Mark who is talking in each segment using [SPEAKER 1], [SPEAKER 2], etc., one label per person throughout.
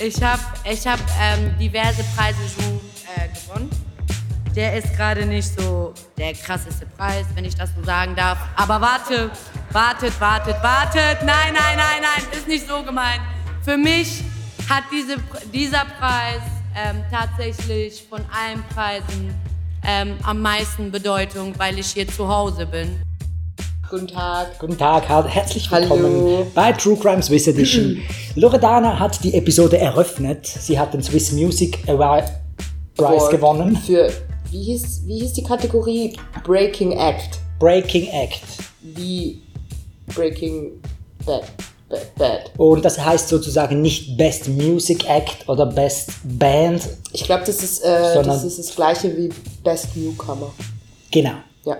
[SPEAKER 1] Ich habe ich hab, ähm, diverse Preise schon äh, gewonnen. Der ist gerade nicht so der krasseste Preis, wenn ich das so sagen darf. Aber warte, wartet, wartet, wartet. Nein, nein, nein, nein, ist nicht so gemeint. Für mich hat diese, dieser Preis ähm, tatsächlich von allen Preisen ähm, am meisten Bedeutung, weil ich hier zu Hause bin.
[SPEAKER 2] Guten Tag.
[SPEAKER 3] Guten Tag, her- herzlich willkommen
[SPEAKER 2] Hallo. Mhm.
[SPEAKER 3] bei True Crime Swiss Edition. Loredana hat die Episode eröffnet. Sie hat den Swiss Music Award Prize
[SPEAKER 2] Award
[SPEAKER 3] gewonnen.
[SPEAKER 2] Für, wie hieß, wie hieß die Kategorie? Breaking Act.
[SPEAKER 3] Breaking Act.
[SPEAKER 2] Wie Breaking Bad. Bad. bad.
[SPEAKER 3] Und das heißt sozusagen nicht Best Music Act oder Best Band.
[SPEAKER 2] Ich glaube, das, ist, äh,
[SPEAKER 3] Sondern-
[SPEAKER 2] das ist das gleiche wie Best Newcomer.
[SPEAKER 3] Genau.
[SPEAKER 2] Ja.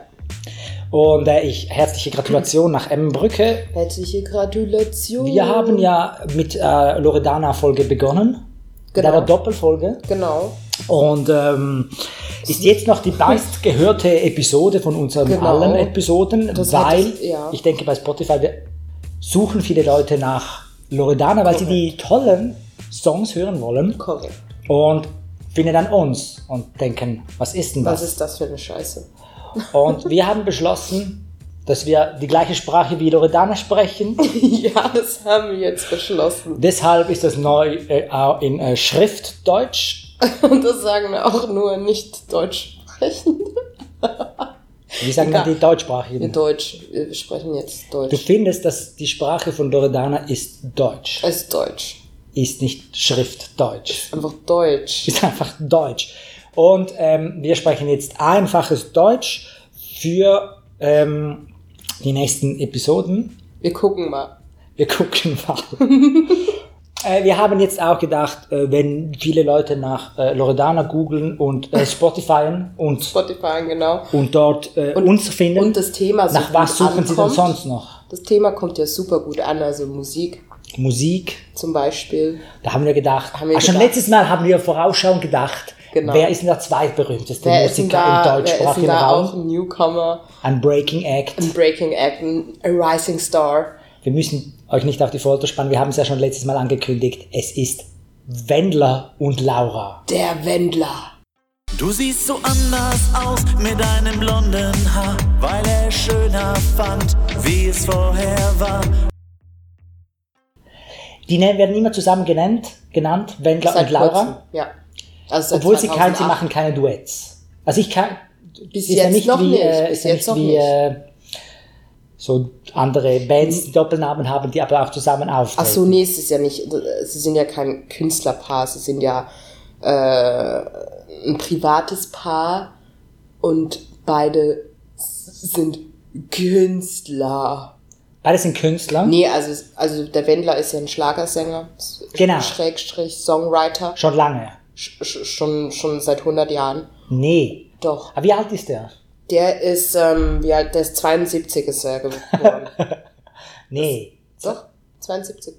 [SPEAKER 3] Und äh, ich herzliche Gratulation nach Emmenbrücke.
[SPEAKER 2] Herzliche Gratulation.
[SPEAKER 3] Wir haben ja mit äh, Loredana-Folge begonnen. Genau.
[SPEAKER 2] Genau.
[SPEAKER 3] Mit einer Doppelfolge.
[SPEAKER 2] Genau.
[SPEAKER 3] Und ähm, ist jetzt noch die meistgehörte Episode von unseren
[SPEAKER 2] Genau.
[SPEAKER 3] allen Episoden,
[SPEAKER 2] Das hat
[SPEAKER 3] weil
[SPEAKER 2] es- ja.
[SPEAKER 3] ich denke, bei Spotify wir suchen viele Leute nach Loredana, weil sie die tollen Songs hören wollen
[SPEAKER 2] Korrekt.
[SPEAKER 3] und finden dann uns und denken, was ist denn das?
[SPEAKER 2] Was ist das für eine Scheiße?
[SPEAKER 3] Und wir haben beschlossen, dass wir die gleiche Sprache wie Loredana sprechen.
[SPEAKER 2] ja, das haben wir jetzt beschlossen.
[SPEAKER 3] Deshalb ist das neu äh, auch in äh, Schriftdeutsch.
[SPEAKER 2] Und das sagen wir auch nur nicht Deutsch sprechen.
[SPEAKER 3] Wie sagen
[SPEAKER 2] Ja.
[SPEAKER 3] denn die deutschsprachigen?
[SPEAKER 2] Wir Deutsch, wir sprechen jetzt
[SPEAKER 3] Du
[SPEAKER 2] Deutsch.
[SPEAKER 3] findest, dass die Sprache von Loredana ist Deutsch,
[SPEAKER 2] Es ist Deutsch.
[SPEAKER 3] ist nicht Schriftdeutsch,
[SPEAKER 2] Einfach Deutsch.
[SPEAKER 3] ist einfach Deutsch. Und ähm, wir sprechen jetzt einfaches Deutsch für ähm, die nächsten Episoden.
[SPEAKER 2] Wir gucken mal.
[SPEAKER 3] Wir gucken mal. Äh, Wir haben jetzt auch gedacht, äh, wenn viele Leute nach äh, Loredana googeln und äh, Spotifyen und,
[SPEAKER 2] Spotify, genau.
[SPEAKER 3] und dort äh, uns finden,
[SPEAKER 2] Und das Thema so
[SPEAKER 3] nach
[SPEAKER 2] gut
[SPEAKER 3] was suchen sie denn
[SPEAKER 2] ankommt.
[SPEAKER 3] sonst noch?
[SPEAKER 2] Das Thema kommt ja super gut an, also Musik
[SPEAKER 3] Musik,
[SPEAKER 2] zum Beispiel.
[SPEAKER 3] Da haben wir gedacht,
[SPEAKER 2] Haben wir
[SPEAKER 3] ah, schon
[SPEAKER 2] gedacht.
[SPEAKER 3] letztes Mal haben wir vorausschauend gedacht,
[SPEAKER 2] Genau.
[SPEAKER 3] wer ist denn der zweitberühmteste
[SPEAKER 2] Wer ist denn
[SPEAKER 3] Musiker
[SPEAKER 2] da, wer ist
[SPEAKER 3] im
[SPEAKER 2] denn
[SPEAKER 3] deutschsprachigen
[SPEAKER 2] da auch
[SPEAKER 3] Raum?
[SPEAKER 2] ein Newcomer,
[SPEAKER 3] Ein Breaking Act.
[SPEAKER 2] ein Breaking Act, ein a Rising Star?
[SPEAKER 3] Wir müssen euch nicht auf die Folter spannen, wir haben es ja schon letztes Mal angekündigt. Es ist Wendler und Laura.
[SPEAKER 2] Der Wendler.
[SPEAKER 4] Du siehst so anders aus mit deinem blonden Haar, weil er es schöner fand, wie es vorher war.
[SPEAKER 3] Die ne- werden immer zusammen genannt, genannt Wendler und Laura,
[SPEAKER 2] kurzem, Ja. Also seit
[SPEAKER 3] obwohl sie kein, sie
[SPEAKER 2] 2008.
[SPEAKER 3] machen keine Duets. Also ich kann,
[SPEAKER 2] Bis jetzt noch
[SPEAKER 3] wie,
[SPEAKER 2] nicht,
[SPEAKER 3] äh,
[SPEAKER 2] bis
[SPEAKER 3] ist ja
[SPEAKER 2] jetzt
[SPEAKER 3] nicht
[SPEAKER 2] noch
[SPEAKER 3] wie
[SPEAKER 2] nicht.
[SPEAKER 3] äh, so andere Bands, die Doppelnamen haben, die aber auch zusammen auftreten.
[SPEAKER 2] Ach so, nee, es ist ja nicht. Sie sind ja kein Künstlerpaar, sie sind ja äh, ein privates Paar und beide s- sind Künstler.
[SPEAKER 3] Beides sind Künstler.
[SPEAKER 2] Nee, also, also der Wendler ist ja ein Schlagersänger, S-
[SPEAKER 3] Genau.
[SPEAKER 2] Schrägstrich Songwriter,
[SPEAKER 3] Schon lange.
[SPEAKER 2] sch sch- schon, schon seit 100 Jahren.
[SPEAKER 3] Nee.
[SPEAKER 2] Doch.
[SPEAKER 3] Aber wie alt ist der?
[SPEAKER 2] Der ist, ähm, wie alt, der ist 72 ist er geworden.
[SPEAKER 3] Nee.
[SPEAKER 2] Doch, 72.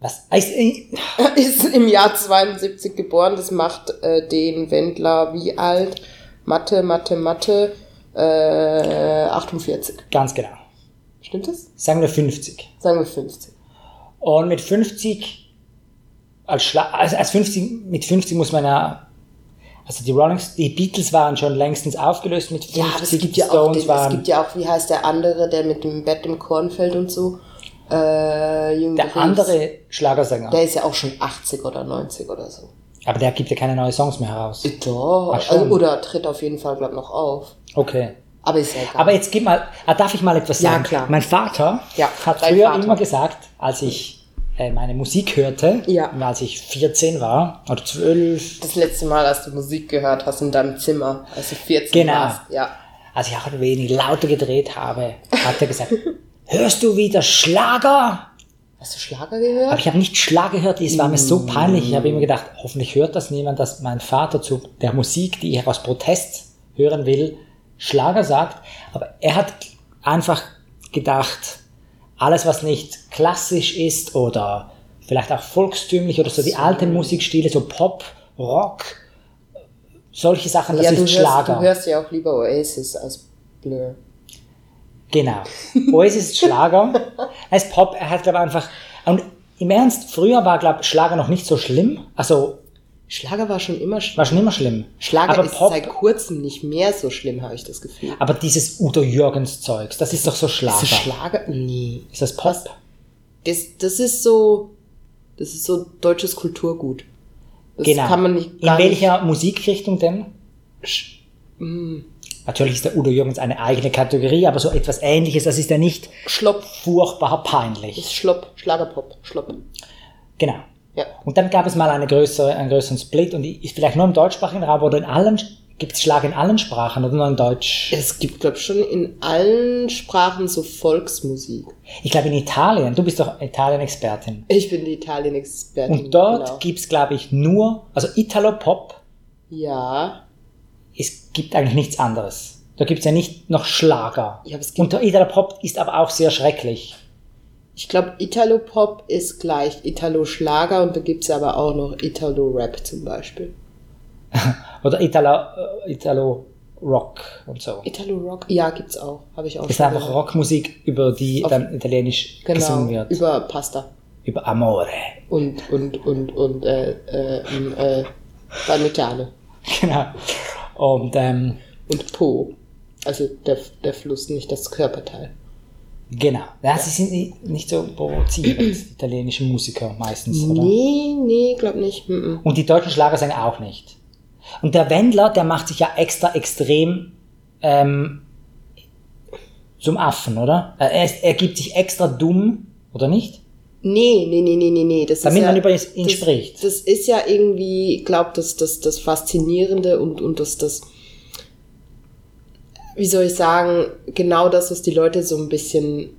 [SPEAKER 3] Was? Ah, Ist, äh,
[SPEAKER 2] ist im Jahr 72 geboren. Das macht äh, den Wendler wie alt? Mathe, Mathe, Mathe. Äh, 48.
[SPEAKER 3] ganz genau.
[SPEAKER 2] Stimmt das?
[SPEAKER 3] Sagen wir 50.
[SPEAKER 2] Sagen wir 50.
[SPEAKER 3] Und mit 50, als, Schla als, als 50, mit 50 muss man ja, also die Rollings, die Beatles waren schon längstens aufgelöst mit 50,
[SPEAKER 2] Ja, aber es gibt
[SPEAKER 3] die
[SPEAKER 2] ja auch,
[SPEAKER 3] Stones
[SPEAKER 2] den, es
[SPEAKER 3] waren.
[SPEAKER 2] gibt ja auch, wie heißt der andere, der mit dem Bett im Kornfeld und so? Äh, Jürgen
[SPEAKER 3] der
[SPEAKER 2] Drews.
[SPEAKER 3] andere Schlagersänger.
[SPEAKER 2] Der ist ja auch schon 80 oder 90 oder so.
[SPEAKER 3] aber der gibt ja keine neuen Songs mehr heraus.
[SPEAKER 2] Doch.
[SPEAKER 3] Ach schon.
[SPEAKER 2] Also, oder tritt auf jeden Fall, glaub noch auf.
[SPEAKER 3] Okay.
[SPEAKER 2] Aber ist ja egal.
[SPEAKER 3] Aber jetzt gib mal, ah, darf ich mal etwas
[SPEAKER 2] Ja,
[SPEAKER 3] sagen?
[SPEAKER 2] klar.
[SPEAKER 3] Mein Vater
[SPEAKER 2] Ja,
[SPEAKER 3] hat
[SPEAKER 2] dein
[SPEAKER 3] früher
[SPEAKER 2] Vater.
[SPEAKER 3] immer gesagt, als ich äh, meine Musik hörte,
[SPEAKER 2] Ja.
[SPEAKER 3] als ich 14 war oder 12,
[SPEAKER 2] das letzte Mal, als du Musik gehört hast in deinem Zimmer, als du 14
[SPEAKER 3] Genau.
[SPEAKER 2] warst. Ja.
[SPEAKER 3] als ich auch ein wenig lauter gedreht habe, hat er gesagt, hörst du wieder Schlager?
[SPEAKER 2] Hast du Schlager gehört?
[SPEAKER 3] Aber ich habe nicht Schlager gehört, es war mir
[SPEAKER 2] Mm.
[SPEAKER 3] so peinlich. Ich habe immer gedacht, hoffentlich hört das niemand, dass mein Vater zu der Musik, die ich aus Protest hören will, Schlager sagt. Aber er hat einfach gedacht, alles was nicht klassisch ist oder vielleicht auch volkstümlich oder so die alten Musikstile, so Pop, Rock, solche Sachen, das
[SPEAKER 2] ja,
[SPEAKER 3] ist
[SPEAKER 2] du hörst,
[SPEAKER 3] Schlager.
[SPEAKER 2] du hörst ja auch lieber Oasis als Blur.
[SPEAKER 3] Genau. Oasis ist Schlager. Er ist Pop, er hat glaube ich einfach. Und im Ernst, früher war, glaube ich, Schlager noch nicht so schlimm. Also,
[SPEAKER 2] Schlager war schon immer schlimm.
[SPEAKER 3] war schon immer schlimm.
[SPEAKER 2] Schlager
[SPEAKER 3] aber
[SPEAKER 2] ist
[SPEAKER 3] Pop,
[SPEAKER 2] seit kurzem nicht mehr so schlimm, habe ich das Gefühl.
[SPEAKER 3] aber dieses Udo Jürgens Zeugs, das ist doch so Schlager.
[SPEAKER 2] Ist das Schlager? Nee.
[SPEAKER 3] Ist das Pop?
[SPEAKER 2] Das, das ist so, das ist so deutsches Kulturgut. Das
[SPEAKER 3] genau.
[SPEAKER 2] kann man nicht.
[SPEAKER 3] In
[SPEAKER 2] gar
[SPEAKER 3] welcher Musikrichtung denn? Hm. Natürlich ist der Udo Jürgens eine eigene Kategorie, aber so etwas ähnliches, das ist ja nicht
[SPEAKER 2] Nicht. Schlopp,
[SPEAKER 3] furchtbar peinlich.
[SPEAKER 2] Schlopp, Schlagerpop, Schlopp.
[SPEAKER 3] Genau.
[SPEAKER 2] Ja.
[SPEAKER 3] Und dann gab es mal eine größere, einen größeren Split und ich- vielleicht nur im deutschsprachigen Raum oder in allen, gibt es Schlag in allen Sprachen oder nur in Deutsch?
[SPEAKER 2] Es gibt, glaube ich, schon in allen Sprachen so Volksmusik.
[SPEAKER 3] Ich glaube in Italien, du bist doch Italien-Expertin.
[SPEAKER 2] Ich bin die Italien-Expertin.
[SPEAKER 3] Und dort
[SPEAKER 2] genau.
[SPEAKER 3] gibt es glaube ich nur, also Italo-Pop,
[SPEAKER 2] Ja.
[SPEAKER 3] es gibt eigentlich nichts anderes. Da gibt es ja nicht noch Schlager.
[SPEAKER 2] Ja, aber es gibt-
[SPEAKER 3] und der Italo-Pop ist aber auch sehr schrecklich.
[SPEAKER 2] Ich glaube, Italo-Pop ist gleich Italo-Schlager und da gibt es aber auch noch Italo-Rap zum Beispiel.
[SPEAKER 3] Oder Italo, äh, Italo Rock und so.
[SPEAKER 2] Italo-Rock? Ja, gibt's auch. Habe ich auch
[SPEAKER 3] Das ist
[SPEAKER 2] schon
[SPEAKER 3] einfach
[SPEAKER 2] gehört.
[SPEAKER 3] Rockmusik, über die
[SPEAKER 2] Auf-
[SPEAKER 3] dann italienisch
[SPEAKER 2] Genau,
[SPEAKER 3] gesungen wird. Über,
[SPEAKER 2] über Pasta.
[SPEAKER 3] Amore.
[SPEAKER 2] Und, und, und, und, äh, äh, äh, Parmigiano.
[SPEAKER 3] Genau. Und ähm,
[SPEAKER 2] Und Po. Also der, der Fluss, nicht das Körperteil.
[SPEAKER 3] genau. Ja, sie sind ni- nicht so provozierend, italienische Musiker meistens, oder?
[SPEAKER 2] Nee, nee, glaub nicht. Mm -mm.
[SPEAKER 3] Und die deutschen Schlager sagen auch nicht. Und der Wendler, der macht sich ja extra extrem ähm, zum Affen, oder? Er, er ist, er gibt sich extra dumm, oder nicht?
[SPEAKER 2] Nee, nee, nee, nee, nee, nee. Das
[SPEAKER 3] Damit
[SPEAKER 2] ist
[SPEAKER 3] man
[SPEAKER 2] ja,
[SPEAKER 3] über ihn
[SPEAKER 2] das,
[SPEAKER 3] spricht.
[SPEAKER 2] Das ist ja irgendwie, ich glaube, das, das, das Faszinierende und, und das, das, wie soll ich sagen, genau das, was die Leute so ein bisschen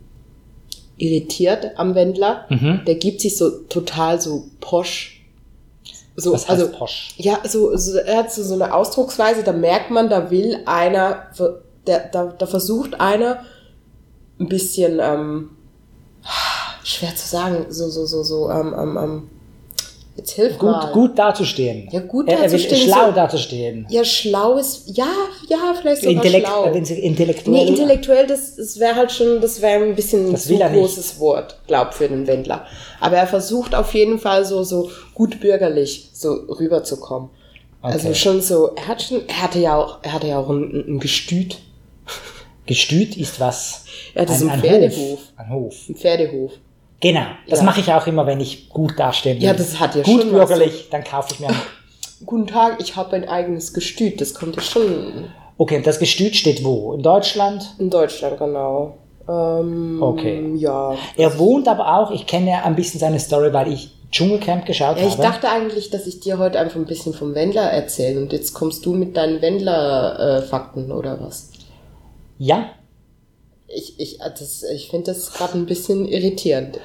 [SPEAKER 2] irritiert am Wendler.
[SPEAKER 3] Mhm.
[SPEAKER 2] Der gibt sich so total so posch. So,
[SPEAKER 3] Was heißt
[SPEAKER 2] also,
[SPEAKER 3] posch?
[SPEAKER 2] Ja, so, so, er hat so, so eine Ausdrucksweise, da merkt man, da will einer, da, da, da versucht einer ein bisschen, ähm, schwer zu sagen, so, so, so, so, ähm, ähm, ähm, jetzt hilf mal.
[SPEAKER 3] Gut, gut dazustehen.
[SPEAKER 2] Ja, gut
[SPEAKER 3] er, er will
[SPEAKER 2] dazustehen,
[SPEAKER 3] schlau
[SPEAKER 2] so-
[SPEAKER 3] dazustehen.
[SPEAKER 2] Ja, schlau ist, ja, ja, vielleicht sogar
[SPEAKER 3] Intellekt,
[SPEAKER 2] schlau.
[SPEAKER 3] äh, wenn sie intellektuell.
[SPEAKER 2] Nee, intellektuell, das, das wäre halt schon, das wäre ein bisschen
[SPEAKER 3] Das
[SPEAKER 2] zu
[SPEAKER 3] will er nicht.
[SPEAKER 2] großes Wort, glaub, für den Wendler. Aber er versucht auf jeden Fall so, so gut bürgerlich so rüberzukommen. Also
[SPEAKER 3] Okay.
[SPEAKER 2] schon so, er hat schon, er hatte ja auch, er hatte ja auch ein, ein Gestüt.
[SPEAKER 3] Gestüt ist was?
[SPEAKER 2] Er hatte so einen Pferdehof.
[SPEAKER 3] Hof. Ein Hof.
[SPEAKER 2] Ein Pferdehof.
[SPEAKER 3] Genau. Das
[SPEAKER 2] Ja.
[SPEAKER 3] mache ich auch immer, wenn ich gut dastehe.
[SPEAKER 2] Ja, das hat ja
[SPEAKER 3] gut
[SPEAKER 2] schon was.
[SPEAKER 3] bürgerlich, dann kaufe ich mir. Einen.
[SPEAKER 2] Guten Tag, ich habe ein eigenes Gestüt. Das kommt ja schon
[SPEAKER 3] Okay, und das Gestüt steht wo? In Deutschland?
[SPEAKER 2] in Deutschland, genau. Ähm,
[SPEAKER 3] Okay.
[SPEAKER 2] Ja.
[SPEAKER 3] Er wohnt aber auch, ich kenne ja ein bisschen seine Story, weil ich Dschungelcamp geschaut
[SPEAKER 2] Ja, ich
[SPEAKER 3] habe.
[SPEAKER 2] dachte eigentlich, dass ich dir heute einfach ein bisschen vom Wendler erzähle und jetzt kommst du mit deinen Wendler-Fakten oder was?
[SPEAKER 3] ja,
[SPEAKER 2] Ich, ich, äh, das- ich finde das gerade ein bisschen irritierend,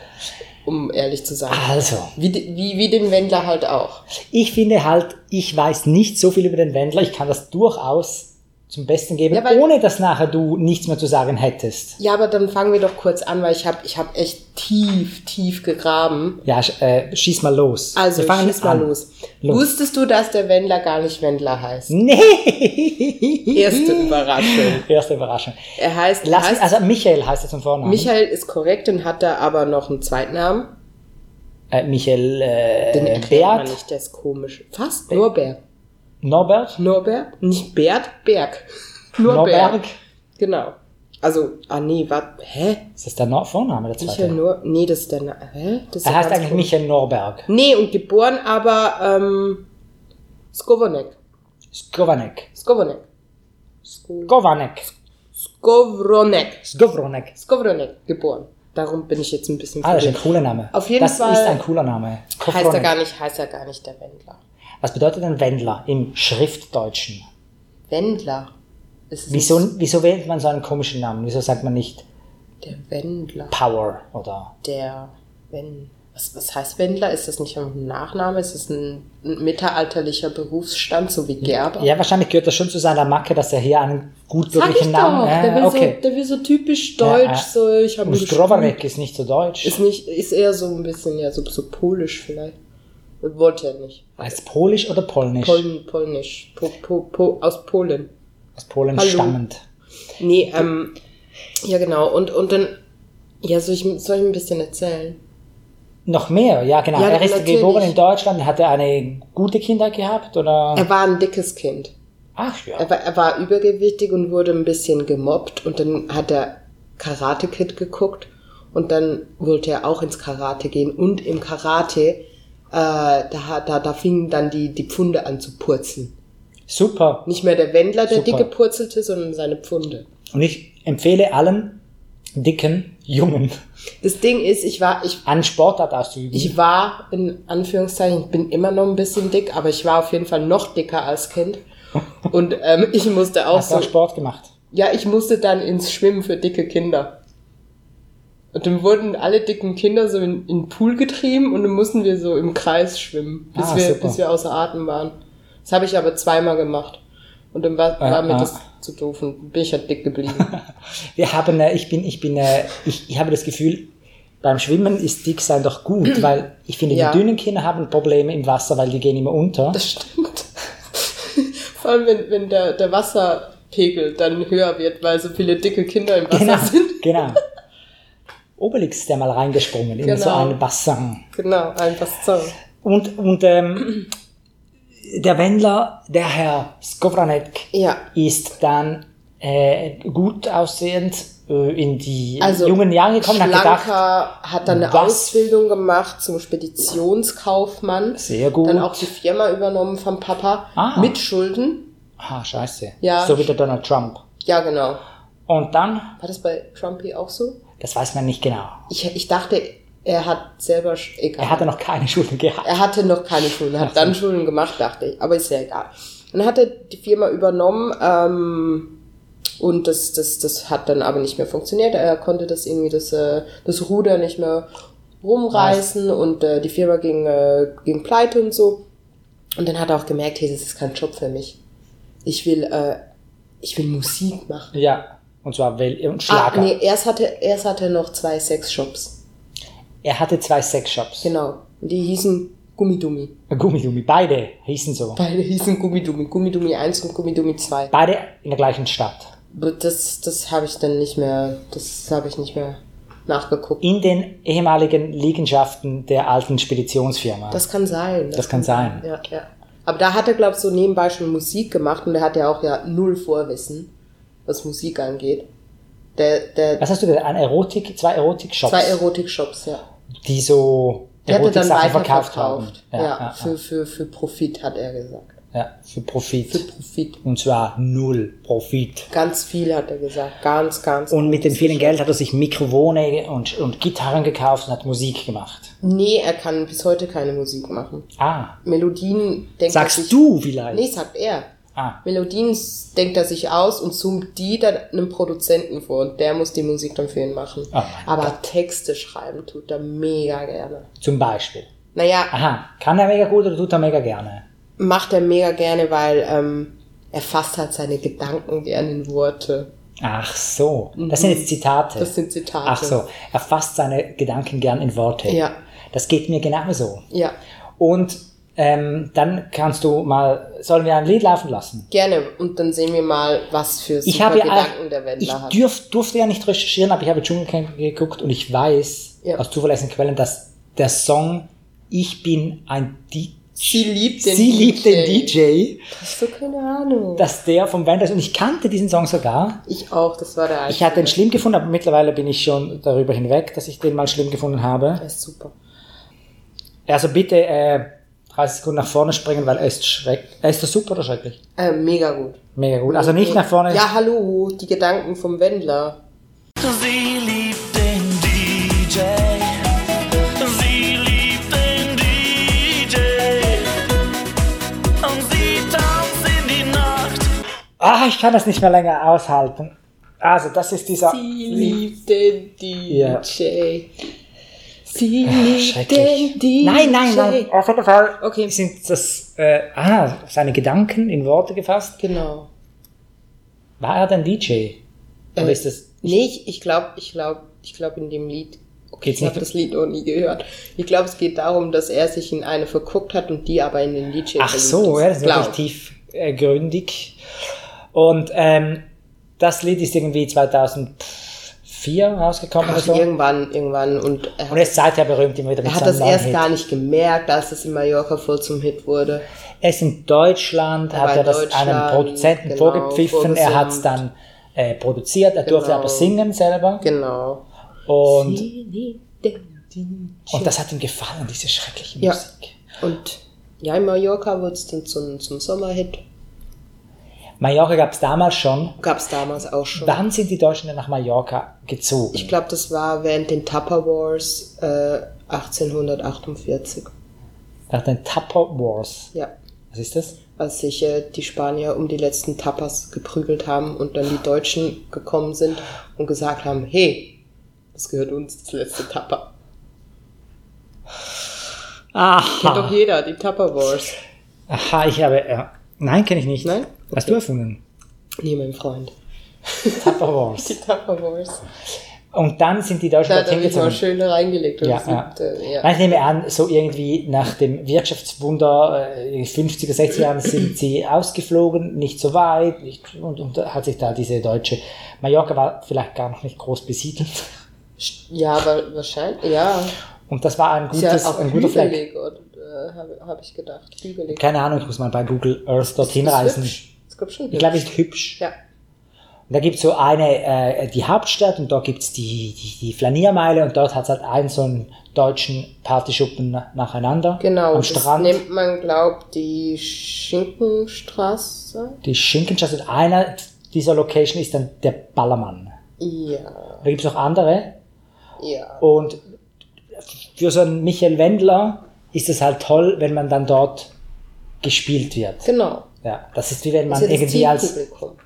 [SPEAKER 2] um ehrlich zu sein.
[SPEAKER 3] also.
[SPEAKER 2] Wie, de- wie, wie den Wendler halt auch.
[SPEAKER 3] Ich finde halt, ich weiß nicht so viel über den Wendler. Ich kann das durchaus zum Besten geben,
[SPEAKER 2] Ja, weil-
[SPEAKER 3] ohne dass nachher du nichts mehr zu sagen hättest.
[SPEAKER 2] Ja, aber dann fangen wir doch kurz an, weil ich habe ich hab echt tief, tief gegraben.
[SPEAKER 3] Ja, sch äh, schieß mal los.
[SPEAKER 2] Also,
[SPEAKER 3] Wir fangen
[SPEAKER 2] schieß mal
[SPEAKER 3] an.
[SPEAKER 2] los.
[SPEAKER 3] Los.
[SPEAKER 2] Wusstest du, dass der Wendler gar nicht Wendler heißt?
[SPEAKER 3] Nee!
[SPEAKER 2] Erste Überraschung.
[SPEAKER 3] Erste Überraschung.
[SPEAKER 2] Er heißt,
[SPEAKER 3] Lass mich,
[SPEAKER 2] heißt
[SPEAKER 3] also Michael heißt er zum Vornamen.
[SPEAKER 2] Michael ist korrekt und hat da aber noch einen Zweitnamen.
[SPEAKER 3] Äh, Michael
[SPEAKER 2] Den
[SPEAKER 3] äh,
[SPEAKER 2] erklärt man
[SPEAKER 3] Bert,
[SPEAKER 2] nicht, der ist komisch. Fast nur Berg.
[SPEAKER 3] Norbert,
[SPEAKER 2] Nur Berg? Nicht Bert, Berg. Nur
[SPEAKER 3] Norberg.
[SPEAKER 2] Berg. Genau. Also, ah nee, warte, hä?
[SPEAKER 3] Ist das der Nor Vorname, der zweite?
[SPEAKER 2] Michael nur, nee, das ist der, Na- hä? Das ist
[SPEAKER 3] er
[SPEAKER 2] ja
[SPEAKER 3] heißt
[SPEAKER 2] ganz
[SPEAKER 3] eigentlich
[SPEAKER 2] komisch.
[SPEAKER 3] Michael Norberg.
[SPEAKER 2] Nee, und geboren aber, ähm, Skovonek.
[SPEAKER 3] Skovanek.
[SPEAKER 2] Skovonek.
[SPEAKER 3] Skovanek.
[SPEAKER 2] Skovronek.
[SPEAKER 3] Skovronek.
[SPEAKER 2] Skovronek geboren. Darum bin ich jetzt ein bisschen
[SPEAKER 3] Ah, das ist ein
[SPEAKER 2] verwirrt.
[SPEAKER 3] cooler Name.
[SPEAKER 2] Auf jeden
[SPEAKER 3] das
[SPEAKER 2] Fall
[SPEAKER 3] ist ein cooler Name.
[SPEAKER 2] Heißt er
[SPEAKER 3] Kovronek.
[SPEAKER 2] gar nicht, heißt er gar nicht der Wendler.
[SPEAKER 3] Was bedeutet denn Wendler im Schriftdeutschen?
[SPEAKER 2] Wendler. Das ist
[SPEAKER 3] Wieso,
[SPEAKER 2] nicht
[SPEAKER 3] wieso wählt man so einen komischen Namen? Wieso sagt man nicht
[SPEAKER 2] Der Wendler.
[SPEAKER 3] Power oder
[SPEAKER 2] Der Wen. Was, was heißt Wendler? Ist das nicht ein Nachname? Ist das ein, ein mittelalterlicher Berufsstand, so wie Gerber?
[SPEAKER 3] Ja, wahrscheinlich gehört das schon zu seiner Macke, dass er hier einen gut
[SPEAKER 2] Sag ich
[SPEAKER 3] wirklichen Namen
[SPEAKER 2] doch. Ah, Der, will
[SPEAKER 3] äh, okay.
[SPEAKER 2] so, der will so typisch
[SPEAKER 3] Ja,
[SPEAKER 2] deutsch,
[SPEAKER 3] ja.
[SPEAKER 2] so ich habe
[SPEAKER 3] Und Skrovanek ist nicht so deutsch.
[SPEAKER 2] Ist nicht, ist eher so ein bisschen, ja, so, so polisch vielleicht. Wollte er nicht.
[SPEAKER 3] Als Polisch oder Polnisch?
[SPEAKER 2] Polen, polnisch. Po, po, po, aus Polen.
[SPEAKER 3] Aus Polen
[SPEAKER 2] Hallo.
[SPEAKER 3] stammend.
[SPEAKER 2] Nee, ähm, ja genau. Und, und dann, ja, soll ich, soll ich ein bisschen erzählen?
[SPEAKER 3] Noch mehr, ja genau.
[SPEAKER 2] Ja,
[SPEAKER 3] er ist
[SPEAKER 2] natürlich.
[SPEAKER 3] geboren in Deutschland, hat er eine gute Kindheit gehabt oder?
[SPEAKER 2] Er war ein dickes Kind.
[SPEAKER 3] Ach ja.
[SPEAKER 2] Er war, er war übergewichtig und wurde ein bisschen gemobbt und dann hat er Karate Kid geguckt und dann wollte er auch ins Karate gehen und im Karate äh, da, hat- da, da fingen dann die, die Pfunde an zu purzeln.
[SPEAKER 3] Super.
[SPEAKER 2] Nicht mehr der Wendler, der
[SPEAKER 3] Super.
[SPEAKER 2] dicke purzelte, sondern seine Pfunde.
[SPEAKER 3] Und ich empfehle allen dicken Jungen
[SPEAKER 2] Das Ding ist, ich war, ich,
[SPEAKER 3] an Sportart auszuüben.
[SPEAKER 2] ich war in Anführungszeichen, ich bin immer noch ein bisschen dick, aber ich war auf jeden Fall noch dicker als Kind. Und ähm, ich musste auch
[SPEAKER 3] Hast du
[SPEAKER 2] so
[SPEAKER 3] auch Sport gemacht?
[SPEAKER 2] Ja, ich musste dann ins Schwimmen für dicke Kinder. Und dann wurden alle dicken Kinder so in, in den Pool getrieben und dann mussten wir so im Kreis schwimmen, bis,
[SPEAKER 3] Ah,
[SPEAKER 2] wir,
[SPEAKER 3] super.
[SPEAKER 2] bis wir außer Atem waren. Das habe ich aber zweimal gemacht. Und dann war, war mir
[SPEAKER 3] ah.
[SPEAKER 2] das zu doof und bin ich halt dick geblieben.
[SPEAKER 3] Wir haben, äh, ich bin, ich bin, äh, ich, ich habe das Gefühl, beim Schwimmen ist dick sein doch gut, weil ich finde,
[SPEAKER 2] Ja.
[SPEAKER 3] die dünnen Kinder haben Probleme im Wasser, weil die gehen immer unter.
[SPEAKER 2] das stimmt. Vor allem, wenn, wenn der, der Wasserpegel dann höher wird, weil so viele dicke Kinder im Wasser
[SPEAKER 3] genau,
[SPEAKER 2] sind.
[SPEAKER 3] genau. Obelix ist ja mal reingesprungen in so
[SPEAKER 2] Genau.
[SPEAKER 3] einen Bassin.
[SPEAKER 2] Genau, einfach so.
[SPEAKER 3] Und, und ähm, der Wendler, der Herr Skovranek,
[SPEAKER 2] Ja.
[SPEAKER 3] ist dann äh, gut aussehend äh, in die
[SPEAKER 2] also
[SPEAKER 3] jungen Jahre gekommen und hat gedacht,
[SPEAKER 2] Schlanker hat dann eine
[SPEAKER 3] was?
[SPEAKER 2] Ausbildung gemacht zum Speditionskaufmann.
[SPEAKER 3] Sehr gut.
[SPEAKER 2] Dann auch die Firma übernommen vom Papa.
[SPEAKER 3] Ah.
[SPEAKER 2] Mit Schulden.
[SPEAKER 3] ah, scheiße,
[SPEAKER 2] Ja.
[SPEAKER 3] so wie der Donald Trump.
[SPEAKER 2] Ja, genau.
[SPEAKER 3] Und dann,
[SPEAKER 2] War das bei Trumpy auch so?
[SPEAKER 3] das weiß man nicht genau,
[SPEAKER 2] Ich, ich dachte, er hat selber... Sch- Egal.
[SPEAKER 3] er hatte noch keine Schulden gehabt.
[SPEAKER 2] Er hatte noch keine Schulden, hat dann Schulden gemacht, dachte ich. Aber ist ja egal. Dann hat er die Firma übernommen ähm, und das, das, das hat dann aber nicht mehr funktioniert. Er konnte das irgendwie, das, äh, das Ruder nicht mehr rumreißen und äh, die Firma ging, äh, ging pleite und so. Und dann hat er auch gemerkt, hey, das ist kein Job für mich. Ich will, äh, ich will Musik machen.
[SPEAKER 3] Ja, und zwar Wel und
[SPEAKER 2] Ah,
[SPEAKER 3] Schlager.
[SPEAKER 2] nee, erst hatte, erst hatte er noch zwei Sexshops.
[SPEAKER 3] Er hatte zwei Sexshops.
[SPEAKER 2] Genau. Und die hießen Gummidummi.
[SPEAKER 3] Gummidummi, beide hießen so.
[SPEAKER 2] Beide hießen Gummidummi. Gummidummi 1 und Gummidummi 2.
[SPEAKER 3] Beide in der gleichen Stadt.
[SPEAKER 2] Aber Das, das habe ich dann nicht mehr, das habe ich nicht mehr nachgeguckt.
[SPEAKER 3] In den ehemaligen Liegenschaften der alten Speditionsfirma.
[SPEAKER 2] Das kann sein.
[SPEAKER 3] Das kann sein.
[SPEAKER 2] Ja, ja. Aber da hat er, glaube ich, so nebenbei schon Musik gemacht und der hat ja auch ja null Vorwissen, was Musik angeht. Der, der,
[SPEAKER 3] Was hast du gesagt? Ein Erotik, zwei Erotik-Shops,
[SPEAKER 2] zwei Erotik-Shops, ja.
[SPEAKER 3] die so
[SPEAKER 2] Der hat er dann
[SPEAKER 3] Erotik-Sachen
[SPEAKER 2] weiterverkauft.
[SPEAKER 3] verkauft haben.
[SPEAKER 2] Ja,
[SPEAKER 3] ja,
[SPEAKER 2] für, Für, für Profit, hat er gesagt.
[SPEAKER 3] ja, ja, für Profit.
[SPEAKER 2] Für Profit.
[SPEAKER 3] Und zwar null Profit.
[SPEAKER 2] Ganz viel hat er gesagt. Ganz, ganz.
[SPEAKER 3] Und mit dem vielen Geld hat er sich Mikrofone und, und Gitarren gekauft und hat Musik gemacht.
[SPEAKER 2] nee, er kann bis heute keine Musik machen.
[SPEAKER 3] Ah,
[SPEAKER 2] Melodien denkt er sich,
[SPEAKER 3] sagst du vielleicht?
[SPEAKER 2] Nee, sagt er.
[SPEAKER 3] Ah,
[SPEAKER 2] Melodien s- denkt er sich aus und zoomt die dann einem Produzenten vor und der muss die Musik dann für ihn machen.
[SPEAKER 3] Ah, mein
[SPEAKER 2] Aber Texte schreiben tut er mega gerne.
[SPEAKER 3] zum Beispiel.
[SPEAKER 2] Naja,
[SPEAKER 3] Aha, kann er mega gut oder tut er mega gerne?
[SPEAKER 2] macht er mega gerne, weil ähm, er fasst halt seine Gedanken gerne in Worte.
[SPEAKER 3] Ach so, das sind jetzt Zitate.
[SPEAKER 2] Mhm. Das sind Zitate.
[SPEAKER 3] Ach so, er fasst seine Gedanken gern in Worte.
[SPEAKER 2] Ja.
[SPEAKER 3] Das geht mir genauso.
[SPEAKER 2] Ja,
[SPEAKER 3] Und ähm, dann kannst du mal, sollen wir ein Lied laufen lassen?
[SPEAKER 2] gerne. Und dann sehen wir mal, was für super
[SPEAKER 3] Ich habe ja
[SPEAKER 2] Gedanken der
[SPEAKER 3] ich
[SPEAKER 2] Wendler hat.
[SPEAKER 3] dürf, durfte ja nicht recherchieren, aber ich habe Dschungelcamp geguckt und ich weiß
[SPEAKER 2] Ja.
[SPEAKER 3] aus zuverlässigen Quellen, dass der Song Ich bin ein DJ,
[SPEAKER 2] Sie liebt den
[SPEAKER 3] sie
[SPEAKER 2] DJ.
[SPEAKER 3] liebt den DJ,
[SPEAKER 2] Hast du keine Ahnung?
[SPEAKER 3] dass der vom Wendler ist und ich kannte diesen Song sogar.
[SPEAKER 2] ich auch, das war der
[SPEAKER 3] Ich hatte ihn schlimm gefunden, aber mittlerweile bin ich schon darüber hinweg, dass ich den mal schlimm gefunden habe.
[SPEAKER 2] Der ist super.
[SPEAKER 3] Also bitte äh, 30 Sekunden nach vorne springen, weil er ist schrecklich. Er ist das super oder schrecklich?
[SPEAKER 2] Äh, mega gut.
[SPEAKER 3] Mega gut. Also nicht nach vorne.
[SPEAKER 2] Ja, hallo, die Gedanken vom Wendler.
[SPEAKER 4] Sie liebt den DJ. Sie liebt den DJ. Und sie tanzt in die Nacht.
[SPEAKER 3] Ah, ich kann das nicht mehr länger aushalten. Also das ist dieser.
[SPEAKER 2] Sie liebt den DJ.
[SPEAKER 3] Ja. Äh,
[SPEAKER 2] Sie liebt den DJ.
[SPEAKER 3] Nein, nein, nein. Auf jeden Fall
[SPEAKER 2] Okay.
[SPEAKER 3] sind das äh, ah, seine Gedanken in Worte gefasst.
[SPEAKER 2] Genau.
[SPEAKER 3] War er denn DJ? Oder
[SPEAKER 2] Äh,
[SPEAKER 3] ist das?
[SPEAKER 2] Nee, ich, ich glaube, ich glaube, ich glaube in dem Lied. Okay,
[SPEAKER 3] Geht's
[SPEAKER 2] ich habe
[SPEAKER 3] nicht-
[SPEAKER 2] das Lied noch nie gehört. Ich glaube, es geht darum, dass er sich in eine verguckt hat und die aber in den DJ
[SPEAKER 3] Ach so, ja, das ist äh,
[SPEAKER 2] glaub.
[SPEAKER 3] wirklich tiefgründig. Und ähm, das Lied ist irgendwie 2005 2004 rausgekommen oder
[SPEAKER 2] Ach,
[SPEAKER 3] so.
[SPEAKER 2] irgendwann, irgendwann. Und er,
[SPEAKER 3] Also- Und er ist seither berühmt immer wieder mit
[SPEAKER 2] er hat
[SPEAKER 3] seinen
[SPEAKER 2] das
[SPEAKER 3] neuen
[SPEAKER 2] erst
[SPEAKER 3] Hits.
[SPEAKER 2] gar nicht gemerkt, als es in Mallorca voll zum Hit wurde.
[SPEAKER 3] Er ist in Deutschland,
[SPEAKER 2] war
[SPEAKER 3] hat er
[SPEAKER 2] in
[SPEAKER 3] das einem
[SPEAKER 2] Deutschland,
[SPEAKER 3] Produzenten
[SPEAKER 2] genau,
[SPEAKER 3] vorgepfiffen, er hat es
[SPEAKER 2] vorgesummt.
[SPEAKER 3] dann äh, produziert, er durfte
[SPEAKER 2] Genau.
[SPEAKER 3] aber singen selber
[SPEAKER 2] Genau.
[SPEAKER 3] und, und das hat ihm gefallen, diese schreckliche
[SPEAKER 2] Ja.
[SPEAKER 3] Musik.
[SPEAKER 2] Und ja, in Mallorca wurde es dann zum, zum Sommerhit.
[SPEAKER 3] Mallorca gab es damals schon.
[SPEAKER 2] Gab es damals auch schon.
[SPEAKER 3] Wann sind die Deutschen denn nach Mallorca gezogen?
[SPEAKER 2] Ich glaube, das war während den Tupper Wars äh, 1848.
[SPEAKER 3] nach den Tupper Wars.
[SPEAKER 2] Ja.
[SPEAKER 3] Was ist das?
[SPEAKER 2] Als sich äh, die Spanier um die letzten Tapas geprügelt haben und dann die Deutschen gekommen sind und gesagt haben, hey, das gehört uns, das letzte Tapper. Kennt doch
[SPEAKER 3] Aha.
[SPEAKER 2] jeder, die Tupper Wars.
[SPEAKER 3] Aha, ich habe. Äh, nein, kenne ich nicht.
[SPEAKER 2] Nein?
[SPEAKER 3] Hast du erfunden?
[SPEAKER 2] Nee, mein Freund.
[SPEAKER 3] Tupper Wars.
[SPEAKER 2] Die Tupper Wars.
[SPEAKER 3] Und dann sind die Deutschen
[SPEAKER 2] Da hat er
[SPEAKER 3] dorthin
[SPEAKER 2] mich mal
[SPEAKER 3] gezogen.
[SPEAKER 2] schön reingelegt. Und
[SPEAKER 3] Ja,
[SPEAKER 2] das
[SPEAKER 3] ja.
[SPEAKER 2] Mit, äh, ja.
[SPEAKER 3] Nein, ich nehme an, so irgendwie nach dem Wirtschaftswunder äh, in den 50er, 60er Jahren sind sie ausgeflogen, nicht so weit nicht, und, und da hat sich da diese deutsche Mallorca war vielleicht gar noch nicht groß besiedelt
[SPEAKER 2] ja, aber wahrscheinlich, ja.
[SPEAKER 3] und das war ein
[SPEAKER 2] Ist ja
[SPEAKER 3] gutes,
[SPEAKER 2] auch
[SPEAKER 3] ein guter Fleck.
[SPEAKER 2] hügelig, und, äh, habe hab ich gedacht. Hügelig.
[SPEAKER 3] Keine Ahnung, ich muss mal bei Google Earth dorthin
[SPEAKER 2] Ist
[SPEAKER 3] reisen.
[SPEAKER 2] hübsch. Das kommt schon
[SPEAKER 3] Ich glaube,
[SPEAKER 2] hübsch.
[SPEAKER 3] ist hübsch.
[SPEAKER 2] Ja.
[SPEAKER 3] Und da gibt es so eine, äh, die Hauptstadt und da gibt es die, die, die Flaniermeile und dort hat es halt einen so einen deutschen Partyschuppen na- nacheinander.
[SPEAKER 2] Genau,
[SPEAKER 3] Am
[SPEAKER 2] das
[SPEAKER 3] Strand.
[SPEAKER 2] nennt man, glaubt die Schinkenstraße.
[SPEAKER 3] Die Schinkenstraße und einer dieser Location ist dann der Ballermann.
[SPEAKER 2] Ja,
[SPEAKER 3] Da gibt es auch andere.
[SPEAKER 2] ja.
[SPEAKER 3] Und für so einen Michael Wendler ist es halt toll, wenn man dann dort gespielt wird.
[SPEAKER 2] Genau.
[SPEAKER 3] Ja, das ist wie wenn
[SPEAKER 2] Das
[SPEAKER 3] man
[SPEAKER 2] ist ja das
[SPEAKER 3] irgendwie als.
[SPEAKER 2] Zielpublikum.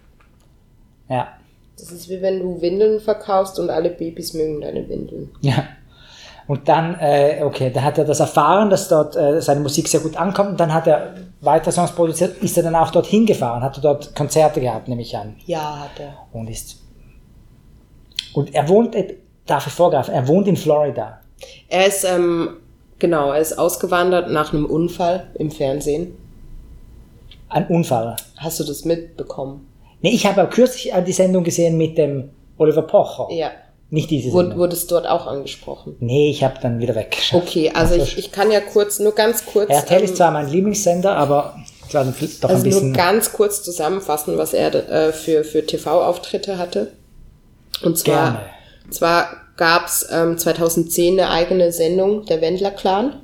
[SPEAKER 3] Ja,
[SPEAKER 2] Das ist wie wenn du Windeln verkaufst und alle Babys mögen deine Windeln.
[SPEAKER 3] ja. Und dann, äh, okay, da hat er das erfahren, dass dort äh, seine Musik sehr gut ankommt. Und dann hat er weitere Songs produziert, ist er dann auch dorthin gefahren, hat er dort Konzerte gehabt, nehme ich an.
[SPEAKER 2] Ja, hat er.
[SPEAKER 3] Und ist. Und er wohnt, äh, darf ich vorgreifen, er wohnt in Florida.
[SPEAKER 2] Er ist, ähm, genau, er ist ausgewandert nach einem Unfall im Fernsehen.
[SPEAKER 3] Ein Unfall.
[SPEAKER 2] Hast du das mitbekommen?
[SPEAKER 3] Nee, ich habe kürzlich äh, die Sendung gesehen mit dem Oliver Pocher.
[SPEAKER 2] Ja.
[SPEAKER 3] Nicht diese
[SPEAKER 2] Wurde,
[SPEAKER 3] Sendung.
[SPEAKER 2] wurde es dort auch angesprochen?
[SPEAKER 3] Nee, ich habe dann wieder weggeschaut.
[SPEAKER 2] Okay, also ich, ich kann ja kurz, nur ganz kurz.
[SPEAKER 3] RTL
[SPEAKER 2] ähm,
[SPEAKER 3] ist zwar mein Lieblingssender, aber es war dann viel- doch ein
[SPEAKER 2] Also nur
[SPEAKER 3] bisschen...
[SPEAKER 2] ganz kurz zusammenfassen, was er äh, für, für TV-Auftritte hatte. Und zwar,
[SPEAKER 3] Gerne.
[SPEAKER 2] zwar gab's ähm, 2010 eine eigene Sendung, der Wendler-Clan.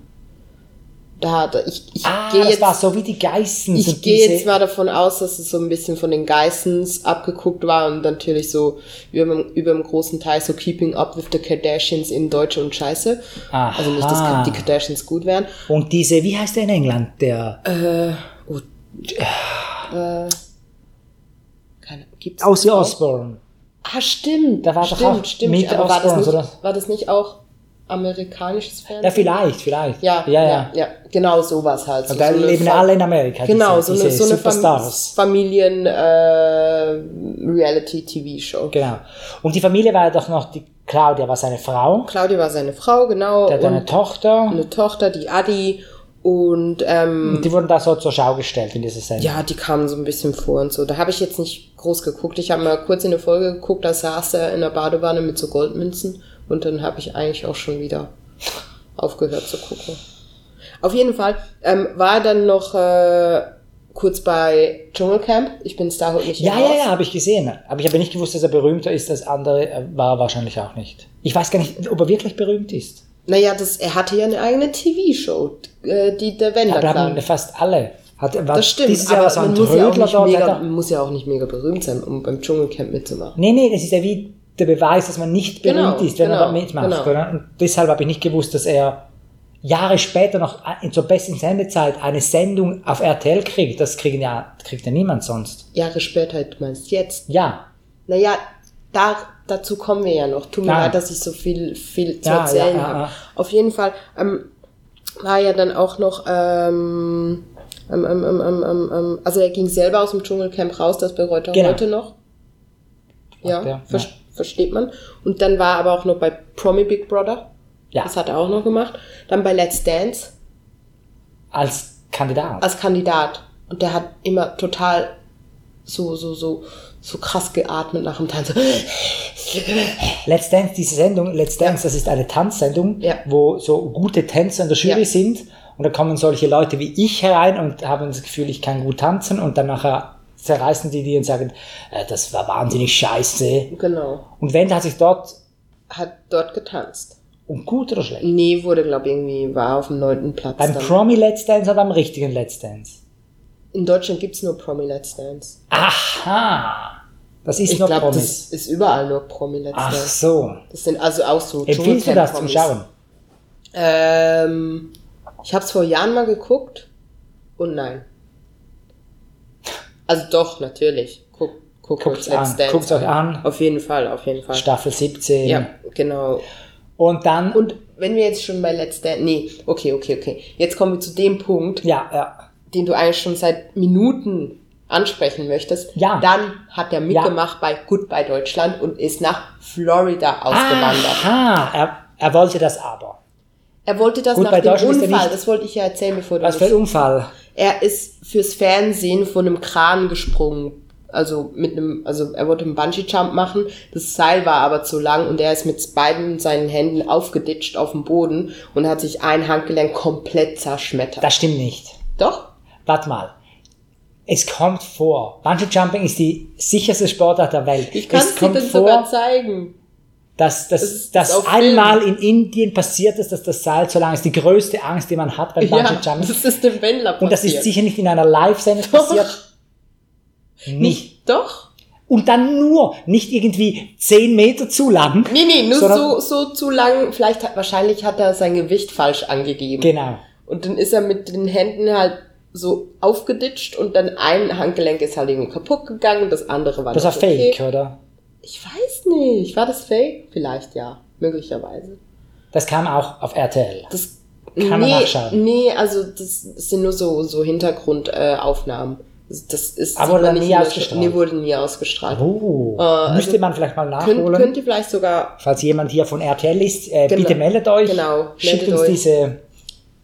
[SPEAKER 2] Da hatte ich, ich
[SPEAKER 3] ah,
[SPEAKER 2] gehe
[SPEAKER 3] das
[SPEAKER 2] jetzt,
[SPEAKER 3] war so wie die Geißen. so
[SPEAKER 2] ich gehe
[SPEAKER 3] diese-
[SPEAKER 2] jetzt mal davon aus, dass es so ein bisschen von den Geissens abgeguckt war und natürlich so über, über dem großen Teil so Keeping Up with the Kardashians in Deutsche und Scheiße. Also nicht,
[SPEAKER 3] Aha.
[SPEAKER 2] dass die Kardashians gut wären.
[SPEAKER 3] Und diese, wie heißt der in England? Der
[SPEAKER 2] Oh, äh, keine, gibt's
[SPEAKER 3] Ozzy
[SPEAKER 2] das auch?
[SPEAKER 3] Osbourne.
[SPEAKER 2] Ah, stimmt.
[SPEAKER 3] Da war doch
[SPEAKER 2] stimmt,
[SPEAKER 3] auch
[SPEAKER 2] stimmt.
[SPEAKER 3] Meet
[SPEAKER 2] aber war das,
[SPEAKER 3] Osborns,
[SPEAKER 2] nicht,
[SPEAKER 3] oder?
[SPEAKER 2] war das nicht auch amerikanisches Fernsehen?
[SPEAKER 3] Ja, vielleicht, vielleicht.
[SPEAKER 2] Ja,
[SPEAKER 3] ja. ja.
[SPEAKER 2] ja, Genau sowas halt. So,
[SPEAKER 3] Und da
[SPEAKER 2] so eine
[SPEAKER 3] leben
[SPEAKER 2] Fa-
[SPEAKER 3] alle in Amerika, diese-
[SPEAKER 2] Genau, so eine,
[SPEAKER 3] diese
[SPEAKER 2] so eine
[SPEAKER 3] Superstars.
[SPEAKER 2] Fam äh, Familien-Reality-TV-Show.
[SPEAKER 3] Genau. Und die Familie war ja doch noch, die Claudia war seine Frau,
[SPEAKER 2] Claudia war seine Frau, genau.
[SPEAKER 3] der hat eine
[SPEAKER 2] Und
[SPEAKER 3] Tochter.
[SPEAKER 2] eine Tochter, die Adi. Und ähm,
[SPEAKER 3] Und die wurden da so zur Schau gestellt in dieser Sendung.
[SPEAKER 2] ja, die kamen so ein bisschen vor und so. Da habe ich jetzt nicht groß geguckt. Ich habe mal kurz in eine Folge geguckt, da saß er in der Badewanne mit so Goldmünzen und dann habe ich eigentlich auch schon wieder aufgehört zu gucken. Auf jeden Fall ähm, war er dann noch äh, kurz bei Dschungelcamp. Ich bin Star heute nicht
[SPEAKER 3] Ja,
[SPEAKER 2] hinaus.
[SPEAKER 3] ja, ja, habe ich gesehen. Aber ich habe nicht gewusst, dass er berühmter ist. Das andere äh, war er wahrscheinlich auch nicht. Ich weiß gar nicht, ob er wirklich berühmt ist.
[SPEAKER 2] Naja, das, er hatte ja eine eigene TV-Show, äh, die der Wender
[SPEAKER 3] Aber da haben
[SPEAKER 2] Clan.
[SPEAKER 3] fast alle. Hat, war,
[SPEAKER 2] Das stimmt,
[SPEAKER 3] Dieses Jahr
[SPEAKER 2] aber
[SPEAKER 3] war so ein
[SPEAKER 2] man muss ja, auch
[SPEAKER 3] Trödler
[SPEAKER 2] nicht
[SPEAKER 3] dort. der
[SPEAKER 2] mega,
[SPEAKER 3] da-
[SPEAKER 2] man muss ja auch nicht mega berühmt sein, um beim Dschungelcamp mitzumachen.
[SPEAKER 3] Nee, nee, das ist ja wie der Beweis, dass man nicht berühmt
[SPEAKER 2] Genau,
[SPEAKER 3] ist, wenn man
[SPEAKER 2] genau,
[SPEAKER 3] da mitmacht.
[SPEAKER 2] genau.
[SPEAKER 3] Oder? Und deshalb habe ich nicht gewusst, dass er Jahre später noch äh, in zur besten Sendezeit eine Sendung auf RTL kriegt. Das kriegen ja, kriegt ja niemand sonst.
[SPEAKER 2] Jahre später, du meinst jetzt,
[SPEAKER 3] Ja,
[SPEAKER 2] Naja, da, dazu kommen wir ja noch. Tut mir
[SPEAKER 3] Ah.
[SPEAKER 2] leid, dass ich so viel, viel zu
[SPEAKER 3] Ja,
[SPEAKER 2] erzählen
[SPEAKER 3] ja, ja,
[SPEAKER 2] habe.
[SPEAKER 3] ja.
[SPEAKER 2] Auf jeden Fall ähm, war ja dann auch noch, ähm, ähm, ähm, ähm, ähm, ähm, ähm, also er ging selber aus dem Dschungelcamp raus, das bereut er
[SPEAKER 3] Genau.
[SPEAKER 2] heute noch. Ja,
[SPEAKER 3] Macht er,
[SPEAKER 2] ver
[SPEAKER 3] ja.
[SPEAKER 2] versteht man. Und dann war er aber auch noch bei Promi Big Brother.
[SPEAKER 3] ja.
[SPEAKER 2] Das hat er auch noch gemacht. Dann bei Let's Dance
[SPEAKER 3] Als Kandidat.
[SPEAKER 2] als Kandidat. Und der hat immer total so, so, so, so krass geatmet nach dem Tanz.
[SPEAKER 3] Let's Dance, diese Sendung, Let's Dance, das ist eine Tanzsendung,
[SPEAKER 2] Ja.
[SPEAKER 3] wo so gute Tänzer in der Jury
[SPEAKER 2] Ja.
[SPEAKER 3] sind und da kommen solche Leute wie ich herein und haben das Gefühl, ich kann gut tanzen und dann nachher zerreißen die die und sagen, äh, das war wahnsinnig scheiße.
[SPEAKER 2] Genau.
[SPEAKER 3] Und Wendt hat sich dort,
[SPEAKER 2] Hat dort getanzt.
[SPEAKER 3] und gut oder schlecht,
[SPEAKER 2] Nee, wurde, glaube ich, irgendwie, war auf dem neunten Platz.
[SPEAKER 3] beim
[SPEAKER 2] dann.
[SPEAKER 3] Promi Let's Dance oder beim richtigen Let's Dance?
[SPEAKER 2] In Deutschland gibt's nur Promi-Let's Dance.
[SPEAKER 3] Aha, das ist
[SPEAKER 2] Ich
[SPEAKER 3] nur
[SPEAKER 2] glaube,
[SPEAKER 3] Promis.
[SPEAKER 2] das ist überall nur Promi-Let's
[SPEAKER 3] Ach
[SPEAKER 2] Dance.
[SPEAKER 3] so.
[SPEAKER 2] Das sind also auch so
[SPEAKER 3] Empfiehlst du das zum
[SPEAKER 2] Dschungelcamp-Promis.
[SPEAKER 3] Schauen?
[SPEAKER 2] Ähm, ich habe es vor Jahren mal geguckt und nein. Also doch, natürlich. Guck, guck
[SPEAKER 3] Guckt's
[SPEAKER 2] euch Let's
[SPEAKER 3] an,
[SPEAKER 2] Dance
[SPEAKER 3] guckt's euch an.
[SPEAKER 2] Auf jeden Fall, auf jeden Fall.
[SPEAKER 3] Staffel 17.
[SPEAKER 2] Ja, genau.
[SPEAKER 3] Und dann,
[SPEAKER 2] Und wenn wir jetzt schon bei Let's Dance... Nee, okay, okay, okay. Jetzt kommen wir zu dem Punkt,
[SPEAKER 3] ja, ja.
[SPEAKER 2] den du eigentlich schon seit Minuten ansprechen möchtest.
[SPEAKER 3] Ja.
[SPEAKER 2] Dann hat er mitgemacht bei Goodbye Deutschland und ist nach
[SPEAKER 3] Ah.
[SPEAKER 2] Florida ausgewandert.
[SPEAKER 3] Aha, er, er wollte das aber.
[SPEAKER 2] Er wollte das
[SPEAKER 3] Gut,
[SPEAKER 2] nach
[SPEAKER 3] bei
[SPEAKER 2] dem
[SPEAKER 3] Deutschland ist er
[SPEAKER 2] Unfall,
[SPEAKER 3] nicht-
[SPEAKER 2] das wollte ich ja erzählen, bevor du
[SPEAKER 3] Was für ein Unfall.
[SPEAKER 2] Er ist fürs Fernsehen von einem Kran gesprungen. Also mit einem, also er wollte einen Bungee-Jump machen, das Seil war aber zu lang und er ist mit beiden seinen Händen aufgeditscht auf dem Boden und hat sich ein Handgelenk komplett zerschmettert.
[SPEAKER 3] Das stimmt nicht.
[SPEAKER 2] Doch?
[SPEAKER 3] Warte mal. Es kommt vor. Bungee Jumping ist die sicherste Sportart der Welt.
[SPEAKER 2] Ich kann es
[SPEAKER 3] es
[SPEAKER 2] dir
[SPEAKER 3] kommt
[SPEAKER 2] dann sogar
[SPEAKER 3] vor,
[SPEAKER 2] zeigen.
[SPEAKER 3] dass, dass,
[SPEAKER 2] Es ist
[SPEAKER 3] dass
[SPEAKER 2] auf
[SPEAKER 3] einmal in Indien passiert ist, dass das Seil zu lang ist. Die größte Angst, die man hat beim Bungee
[SPEAKER 2] Ja,
[SPEAKER 3] Jumping.
[SPEAKER 2] das ist dem Wendler passiert.
[SPEAKER 3] Und das ist sicher nicht in einer Live-Sendung passiert. Nicht.
[SPEAKER 2] Doch?
[SPEAKER 3] Und dann nur, nicht irgendwie 10 Meter zu lang.
[SPEAKER 2] Nee, nee, nur so,
[SPEAKER 3] Sondern-
[SPEAKER 2] so zu lang. Vielleicht, hat- wahrscheinlich hat er sein Gewicht falsch angegeben.
[SPEAKER 3] Genau.
[SPEAKER 2] Und dann ist er mit den Händen halt so aufgeditscht und dann ein Handgelenk ist halt irgendwie kaputt gegangen und das andere war
[SPEAKER 3] Das war
[SPEAKER 2] nicht okay.
[SPEAKER 3] fake, oder?
[SPEAKER 2] Ich weiß nicht. War das fake? Vielleicht ja. Möglicherweise.
[SPEAKER 3] Das kam auch auf RTL.
[SPEAKER 2] Das
[SPEAKER 3] Kann man
[SPEAKER 2] nee,
[SPEAKER 3] nachschauen.
[SPEAKER 2] Nee, also das sind nur so, so Hintergrundaufnahmen. Äh, Aufnahmen. das ist
[SPEAKER 3] Aber
[SPEAKER 2] sieht man
[SPEAKER 3] wurde nie
[SPEAKER 2] in der-
[SPEAKER 3] ausgestrahlt.
[SPEAKER 2] Nee, wurde nie ausgestrahlt.
[SPEAKER 3] Oh,
[SPEAKER 2] Äh,
[SPEAKER 3] müsste
[SPEAKER 2] also-
[SPEAKER 3] man vielleicht mal nachholen.
[SPEAKER 2] Könnt, könnt ihr vielleicht sogar
[SPEAKER 3] Falls jemand hier von RTL ist, äh,
[SPEAKER 2] Genau.
[SPEAKER 3] bitte meldet euch.
[SPEAKER 2] Genau,
[SPEAKER 3] Schickt
[SPEAKER 2] meldet
[SPEAKER 3] uns
[SPEAKER 2] euch.
[SPEAKER 3] diese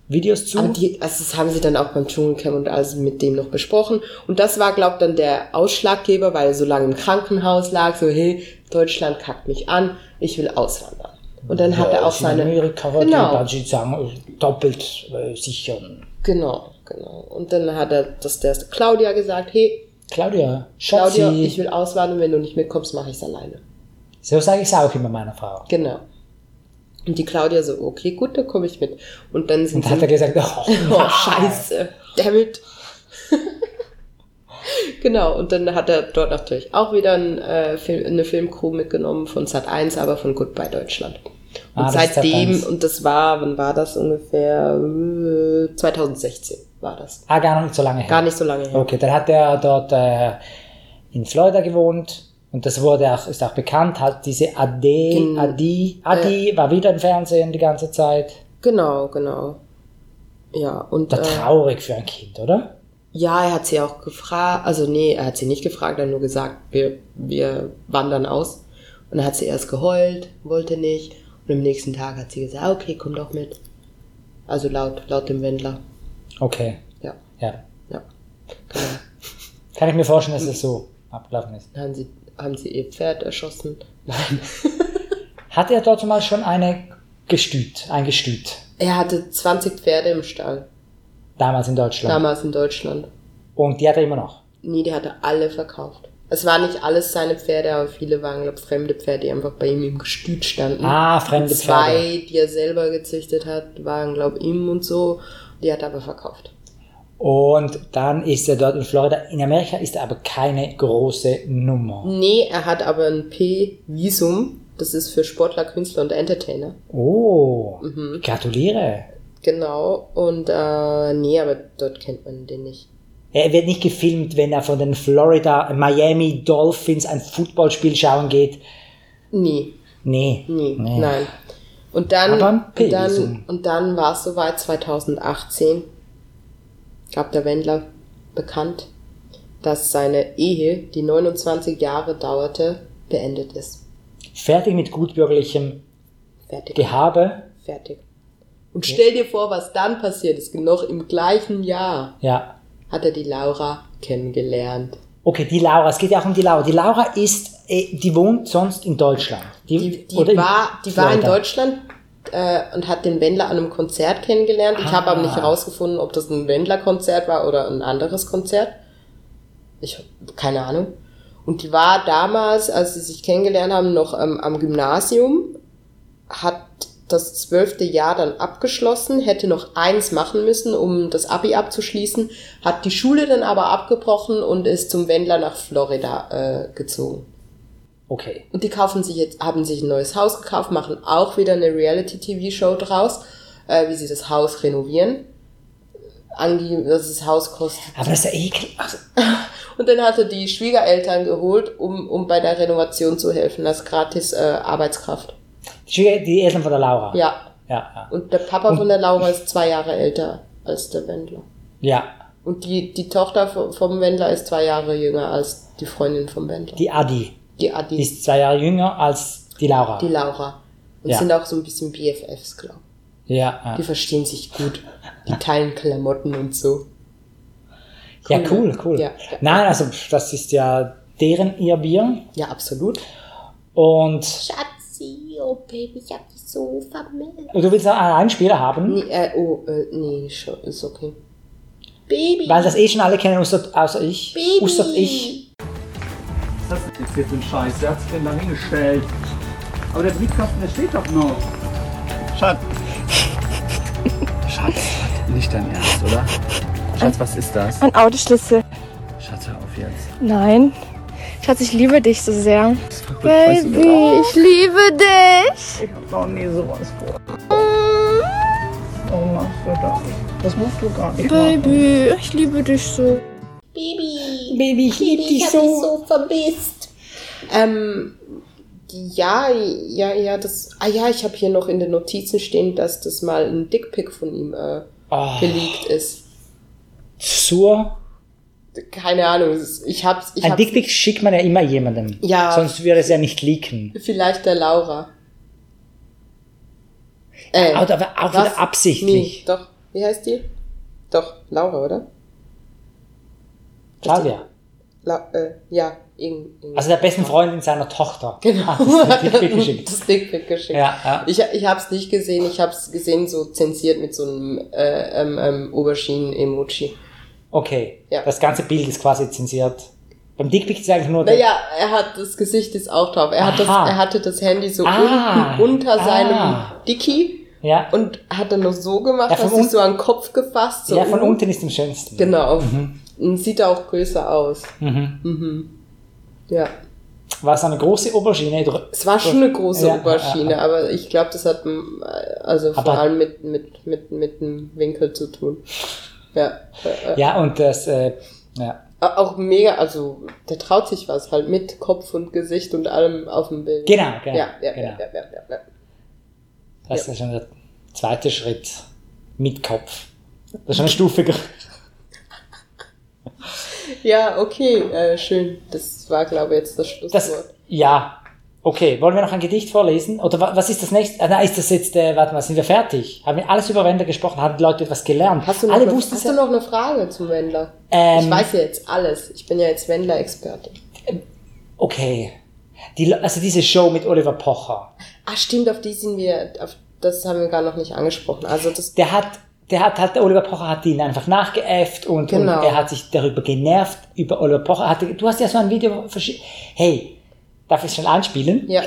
[SPEAKER 3] Videos zu.
[SPEAKER 2] Aber die, also das haben sie dann auch beim Dschungelcamp und alles mit dem noch besprochen. Und das war, glaube dann der Ausschlaggeber, weil er so lange im Krankenhaus lag, so, hey, Deutschland kackt mich an, ich will auswandern. Und dann hat er auch
[SPEAKER 3] in
[SPEAKER 2] seine...
[SPEAKER 3] Amerika wollte
[SPEAKER 2] Genau.
[SPEAKER 3] genau. Bungee sagen, doppelt äh, sichern.
[SPEAKER 2] Genau, genau. Und dann hat er das der Claudia gesagt, hey,
[SPEAKER 3] Claudia, Schatzi.
[SPEAKER 2] Claudia, ich will auswandern, wenn du nicht mitkommst, mache ich's alleine.
[SPEAKER 3] so sage ich es auch immer meiner Frau.
[SPEAKER 2] Genau. Und die Claudia so, okay, gut, dann komme ich mit. Und dann sind
[SPEAKER 3] Und hat er gesagt, oh,
[SPEAKER 2] Oh,
[SPEAKER 3] nein.
[SPEAKER 2] scheiße. Damit. genau, und dann hat er dort natürlich auch wieder ein, äh, Film, eine Filmcrew mitgenommen von Sat 1, aber von Goodbye Deutschland. Und
[SPEAKER 3] Ah, das ist
[SPEAKER 2] seitdem,
[SPEAKER 3] Sat.1.
[SPEAKER 2] und das war, wann war das ungefähr? Äh, 2016 war das.
[SPEAKER 3] Ah, gar nicht so lange her.
[SPEAKER 2] Gar nicht so lange her.
[SPEAKER 3] Okay, dann hat er dort äh, in Florida gewohnt und das wurde auch, ist auch bekannt, hat diese Ade,
[SPEAKER 2] Gen-
[SPEAKER 3] Adi,
[SPEAKER 2] äh,
[SPEAKER 3] Adi war wieder im Fernsehen die ganze Zeit.
[SPEAKER 2] Genau, genau. Ja, und
[SPEAKER 3] Da
[SPEAKER 2] äh,
[SPEAKER 3] traurig für ein Kind, oder?
[SPEAKER 2] ja, er hat sie auch gefragt, also nee, er hat sie nicht gefragt, er hat nur gesagt, wir, wir wandern aus. Und dann hat sie erst geheult, wollte nicht. Und am nächsten Tag hat sie gesagt, ah, okay, komm doch mit. Also laut, laut dem Wendler.
[SPEAKER 3] Okay,
[SPEAKER 2] Ja,
[SPEAKER 3] ja.
[SPEAKER 2] ja. Genau.
[SPEAKER 3] Kann ich mir vorstellen, dass es so abgelaufen ist.
[SPEAKER 2] Dann haben sie, haben sie ihr Pferd erschossen.
[SPEAKER 3] Hat er dort mal schon eine Gestüt, ein Gestüt,
[SPEAKER 2] Er hatte 20 Pferde im Stall,
[SPEAKER 3] damals in Deutschland.
[SPEAKER 2] damals in Deutschland.
[SPEAKER 3] Und die hat er immer noch.
[SPEAKER 2] Nee, die hat er alle verkauft. Es waren nicht alles seine Pferde, aber viele waren, glaube fremde Pferde, die einfach bei ihm im Gestüt standen.
[SPEAKER 3] Ah, fremde Pferde.
[SPEAKER 2] Zwei, die er selber gezüchtet hat, waren, glaube ihm und so. Die hat er aber verkauft.
[SPEAKER 3] Und dann ist er dort in Florida. In Amerika ist er aber keine große Nummer.
[SPEAKER 2] Nee, er hat aber ein P-Visum. Das ist für Sportler, Künstler und Entertainer.
[SPEAKER 3] Oh,
[SPEAKER 2] Mhm.
[SPEAKER 3] gratuliere.
[SPEAKER 2] Genau. Und äh, nee, aber dort kennt man den nicht.
[SPEAKER 3] Er wird nicht gefilmt, wenn er von den Florida Miami Dolphins ein Footballspiel schauen geht.
[SPEAKER 2] Nee,
[SPEAKER 3] Nee.
[SPEAKER 2] nee, nein. Und dann,
[SPEAKER 3] Aber ein
[SPEAKER 2] und
[SPEAKER 3] P-Visum.
[SPEAKER 2] dann, und dann war es soweit 2018. Gab der Wendler bekannt, dass seine Ehe, die 29 Jahre dauerte, beendet ist.
[SPEAKER 3] Fertig mit gutbürgerlichem
[SPEAKER 2] Fertig.
[SPEAKER 3] Gehabe.
[SPEAKER 2] Fertig. Und stell dir vor, was dann passiert ist. Noch im gleichen Jahr
[SPEAKER 3] Ja.
[SPEAKER 2] hat er die Laura kennengelernt.
[SPEAKER 3] Okay, die Laura, es geht ja auch um die Laura. Die Laura ist, äh, die wohnt sonst in Deutschland.
[SPEAKER 2] Die, die, war, die war in
[SPEAKER 3] Florida.
[SPEAKER 2] Deutschland äh, und hat den Wendler an einem Konzert kennengelernt. Ich habe aber nicht
[SPEAKER 3] Ah.
[SPEAKER 2] herausgefunden, ob das ein Wendler-Konzert war oder ein anderes Konzert. Ich hab keine Ahnung. Und die war damals, als sie sich kennengelernt haben, noch ähm, am Gymnasium, hat das zwölfte Jahr dann abgeschlossen, hätte noch eins machen müssen, um das Abi abzuschließen, hat die Schule dann aber abgebrochen und ist zum Wendler nach Florida äh, gezogen.
[SPEAKER 3] Okay.
[SPEAKER 2] Und die kaufen sich jetzt, haben sich ein neues Haus gekauft, machen auch wieder eine Reality-TV-Show draus, äh, wie sie das Haus renovieren. Angeben, dass das Haus kostet.
[SPEAKER 3] Aber das ist ja ekel. Also,
[SPEAKER 2] Und dann hatte die Schwiegereltern geholt, um, um bei der Renovation zu helfen, als gratis äh, Arbeitskraft.
[SPEAKER 3] die Schwie- die Eltern von der Laura.
[SPEAKER 2] Ja.
[SPEAKER 3] Ja, ja.
[SPEAKER 2] Und der Papa von der Laura ist zwei Jahre älter als der Wendler.
[SPEAKER 3] ja.
[SPEAKER 2] Und die, die Tochter vo- vom Wendler ist zwei Jahre jünger als die Freundin vom Wendler. Die,
[SPEAKER 3] Die Adi
[SPEAKER 2] Adi,
[SPEAKER 3] die ist zwei Jahre jünger als die Laura.
[SPEAKER 2] die Laura. Und
[SPEAKER 3] Ja.
[SPEAKER 2] sind auch so ein bisschen BFFs, glaube ich.
[SPEAKER 3] ja,
[SPEAKER 2] Die
[SPEAKER 3] ja.
[SPEAKER 2] verstehen sich gut. Die teilen Klamotten und so.
[SPEAKER 3] ja, cool, cool.
[SPEAKER 2] Ja.
[SPEAKER 3] Nein, also pff, das ist ja deren ihr Bier.
[SPEAKER 2] Ja, absolut.
[SPEAKER 3] Und
[SPEAKER 2] Schatzi, oh Baby, ich hab dich so vermisst.
[SPEAKER 3] du willst noch einen Spieler haben,
[SPEAKER 2] Nee, äh, oh, äh, nee, schon, ist okay. Baby,
[SPEAKER 3] weil das eh schon alle kennen, außer, außer ich.
[SPEAKER 2] Baby.
[SPEAKER 3] Außer ich.
[SPEAKER 5] Was ist das jetzt für ein Scheiß? Wer hat sich denn da hingestellt? Aber der Briefkasten, der steht doch noch. Schatz. Schatz, nicht dein Ernst, oder? Schatz, was ist das?
[SPEAKER 6] Ein Autoschlüssel.
[SPEAKER 5] Schatz, hör auf jetzt.
[SPEAKER 6] Nein. Schatz, ich liebe dich so sehr.
[SPEAKER 5] verrückt, weißt du
[SPEAKER 6] Baby, ich liebe dich.
[SPEAKER 5] Ich hab noch nie sowas vor. Warum machst du das? Das musst du gar nicht machen.
[SPEAKER 6] Baby, ich liebe dich so.
[SPEAKER 3] Baby, ich liebe dich so.
[SPEAKER 2] Ähm, ja, ja, ja, das. Ah ja, ich habe hier noch in den Notizen stehen, dass das mal ein Dickpick von ihm äh,
[SPEAKER 3] Ah.
[SPEAKER 2] geleakt ist.
[SPEAKER 3] Sur.
[SPEAKER 2] Keine Ahnung, es ist- ich hab's. Ich
[SPEAKER 3] Ein
[SPEAKER 2] hab's
[SPEAKER 3] Dickpick schickt man ja immer jemandem.
[SPEAKER 2] Ja.
[SPEAKER 3] Sonst würde es ja nicht leaken.
[SPEAKER 2] vielleicht der Laura. Äh,
[SPEAKER 3] Aber aber auch
[SPEAKER 2] Was?
[SPEAKER 3] wieder absichtlich.
[SPEAKER 2] Nee, doch. Wie heißt die? Doch, Laura, oder?
[SPEAKER 3] Claudia.
[SPEAKER 2] La äh, ja, irgendwie.
[SPEAKER 3] Also der besten Freundin seiner Tochter. Genau. Hat das
[SPEAKER 2] das
[SPEAKER 3] Dickpick geschickt.
[SPEAKER 2] Dickpick geschickt.
[SPEAKER 3] Ja, ja.
[SPEAKER 2] Ich, ich habe es nicht gesehen, ich habe es gesehen, so zensiert mit so einem äh, ähm, ähm, Auberginen-Emoji.
[SPEAKER 3] Okay.
[SPEAKER 2] Ja.
[SPEAKER 3] Das ganze Bild ist quasi zensiert. Beim Dickpick ist eigentlich nur der.
[SPEAKER 2] Naja, er hat das Gesicht ist auch drauf. Er, hat das,
[SPEAKER 3] Aha.
[SPEAKER 2] er hatte das Handy so
[SPEAKER 3] Ah.
[SPEAKER 2] unten unter
[SPEAKER 3] Ah.
[SPEAKER 2] seinem Dicky
[SPEAKER 3] Ja.
[SPEAKER 2] und hat dann noch so gemacht,
[SPEAKER 3] Ja, von
[SPEAKER 2] hat sich
[SPEAKER 3] unten-
[SPEAKER 2] so an den Kopf gefasst. So
[SPEAKER 3] ja, von
[SPEAKER 2] unten.
[SPEAKER 3] unten ist am schönsten.
[SPEAKER 2] Genau. Und sieht auch größer aus.
[SPEAKER 3] Mhm.
[SPEAKER 2] Ja.
[SPEAKER 3] War es eine große Aubergine? dr-
[SPEAKER 2] Es war schon eine große
[SPEAKER 3] Ja,
[SPEAKER 2] Oberschiene,
[SPEAKER 3] ja,
[SPEAKER 2] aber ich glaube, das hat mm, also vor
[SPEAKER 3] Aber-
[SPEAKER 2] allem mit, mit, mit, mit dem Winkel zu tun. Ja. ja, ja.
[SPEAKER 3] Ja, und das, äh, ja.
[SPEAKER 2] Au- Auch mega, also der traut sich was halt mit Kopf und Gesicht und allem auf dem Bild.
[SPEAKER 3] Genau, genau.
[SPEAKER 2] Ja, ja,
[SPEAKER 3] genau.
[SPEAKER 2] ja, ja, ja, ja,
[SPEAKER 3] Das ist schon der zweite Schritt. Mit Kopf. Das ist schon eine Stufe. grö-
[SPEAKER 2] ja. ja, okay, äh, schön. Das war, glaube ich, jetzt das
[SPEAKER 3] Das,
[SPEAKER 2] Schlusswort.
[SPEAKER 3] ja. Okay, wollen wir noch ein Gedicht vorlesen? Oder wa- was ist das nächste? Ah, nein, ist das jetzt, äh, warte mal, sind wir fertig? Haben wir alles über Wender gesprochen? Haben die Leute etwas gelernt?
[SPEAKER 2] hast du, noch
[SPEAKER 3] Alle
[SPEAKER 2] eine,
[SPEAKER 3] wussten
[SPEAKER 2] hast du
[SPEAKER 3] es.
[SPEAKER 2] noch eine Frage zum Wendler?
[SPEAKER 3] Ähm.
[SPEAKER 2] ich weiß ja jetzt alles. Ich bin ja jetzt Wendler-Experte.
[SPEAKER 3] Okay. Die, Le- also diese Show mit Oliver Pocher,
[SPEAKER 2] Ah, stimmt, auf die sind wir, auf, das haben wir gar noch nicht angesprochen. Also das
[SPEAKER 3] der hat, der hat, hat Oliver Pocher hat ihn einfach nachgeäfft und,
[SPEAKER 2] Genau.
[SPEAKER 3] und er hat sich darüber genervt über Oliver Pocher. Er Hatte, du hast ja so ein Video verschickt. Hey, darf ich es schon anspielen?
[SPEAKER 2] Ja,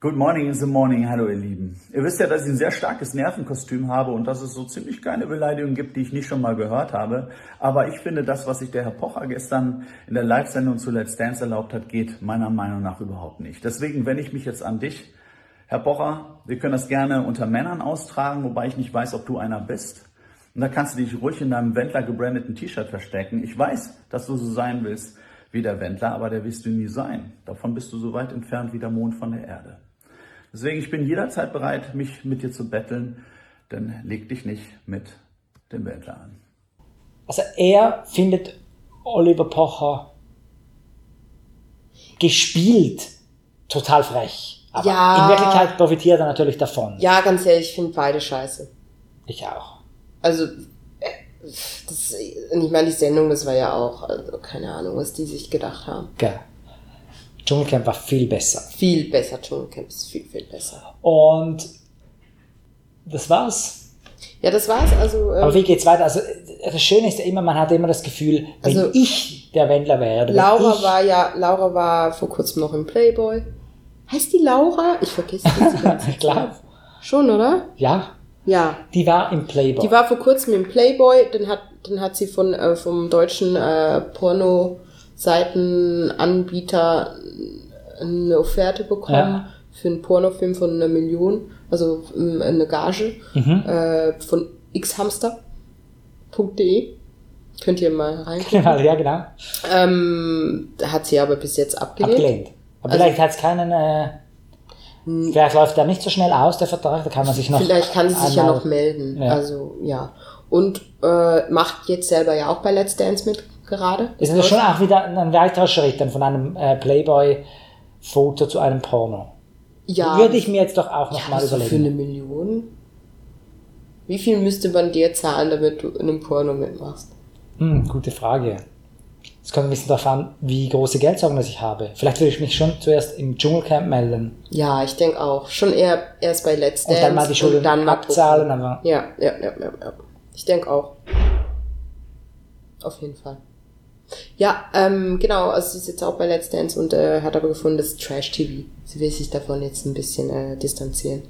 [SPEAKER 7] Good morning is the morning. Hallo, ihr Lieben. Ihr wisst ja, dass ich ein sehr starkes Nervenkostüm habe und dass es so ziemlich keine Beleidigung gibt, die ich nicht schon mal gehört habe. Aber ich finde, das, was sich der Herr Pocher gestern in der Live-Sendung zu Let's Dance erlaubt hat, geht meiner Meinung nach überhaupt nicht. Deswegen wende ich mich jetzt an dich. Herr Pocher, wir können das gerne unter Männern austragen, wobei ich nicht weiß, ob du einer bist. Und da kannst du dich ruhig in deinem Wendler gebrandeten T-Shirt verstecken. Ich weiß, dass du so sein willst wie der Wendler, aber der wirst du nie sein. Davon bist du so weit entfernt wie der Mond von der Erde. Deswegen, ich bin jederzeit bereit, mich mit dir zu betteln, denn leg dich nicht mit dem Wendler an.
[SPEAKER 3] Also er findet Oliver Pocher gespielt total frech. Aber
[SPEAKER 2] Ja.
[SPEAKER 3] in Wirklichkeit profitiert er natürlich davon.
[SPEAKER 2] ja, ganz ehrlich, ich finde beide scheiße.
[SPEAKER 3] Ich auch.
[SPEAKER 2] Also, äh, Das, und ich meine, die Sendung, das war ja auch, also keine Ahnung, was die sich gedacht haben.
[SPEAKER 3] Geil. Dschungelcamp war viel besser.
[SPEAKER 2] Viel besser, Dschungelcamp ist viel, viel besser.
[SPEAKER 3] Und das war's.
[SPEAKER 2] Ja, das war's. Also, ähm,
[SPEAKER 3] Aber wie geht's weiter? Also das Schöne ist ja immer, man hat immer das Gefühl, wenn
[SPEAKER 2] Also,
[SPEAKER 3] ich der Wendler wäre, oder wenn
[SPEAKER 2] Laura
[SPEAKER 3] ich,
[SPEAKER 2] war ja, Laura war vor kurzem noch im Playboy. Heißt die Laura? Ich vergesse das die ganze
[SPEAKER 3] ich glaube,
[SPEAKER 2] Zeit. Schon, oder?
[SPEAKER 3] ja,
[SPEAKER 2] Ja.
[SPEAKER 3] die war im Playboy.
[SPEAKER 2] Die war vor kurzem im Playboy, dann hat, dann hat sie von, äh, vom deutschen äh, Porno-Seitenanbieter eine Offerte bekommen
[SPEAKER 3] Ja.
[SPEAKER 2] für einen Pornofilm von einer Million, also ähm, eine Gage
[SPEAKER 3] Mhm.
[SPEAKER 2] äh, von xhamster.de. Könnt ihr mal reingucken.
[SPEAKER 3] Genau, ja, genau.
[SPEAKER 2] Ähm, hat sie aber bis jetzt abgelehnt.
[SPEAKER 3] Abgelehnt. Aber
[SPEAKER 2] Also- Hm.
[SPEAKER 3] vielleicht hat's keinen. Äh, vielleicht läuft der nicht so schnell aus, der Vertrag, da kann man sich noch.
[SPEAKER 2] Vielleicht kann sie sich ja
[SPEAKER 3] einmal-
[SPEAKER 2] noch melden.
[SPEAKER 3] Ja.
[SPEAKER 2] Also ja. Und äh, macht jetzt selber ja auch bei Let's Dance mit gerade.
[SPEAKER 3] Ist das schon auch wieder ein ein weiterer Schritt dann von einem äh, Playboy-Foto zu einem Porno?
[SPEAKER 2] ja.
[SPEAKER 3] Würde ich mir jetzt doch auch nochmal
[SPEAKER 2] also für eine
[SPEAKER 3] überlegen.
[SPEAKER 2] Million? Wie viel müsste man dir zahlen, damit du in einem Porno mitmachst?
[SPEAKER 3] Hm, gute Frage. Es kommt ein bisschen darauf an, wie große Geldsorgen das ich habe. Vielleicht würde ich mich schon zuerst im Dschungelcamp melden
[SPEAKER 2] Ja, ich denke auch. Schon eher erst bei Let's
[SPEAKER 3] und
[SPEAKER 2] Dance.
[SPEAKER 3] dann mal die Schulden
[SPEAKER 2] Ähm, dann mal gucken.
[SPEAKER 3] abzahlen. Aber
[SPEAKER 2] Ja, ja, ja, ja, ja. Ich denke auch. Auf jeden Fall. Ja, ähm, genau, also sie ist jetzt auch bei Let's Dance und äh, hat aber gefunden, das ist Trash-TV. Sie will sich davon jetzt ein bisschen äh, distanzieren.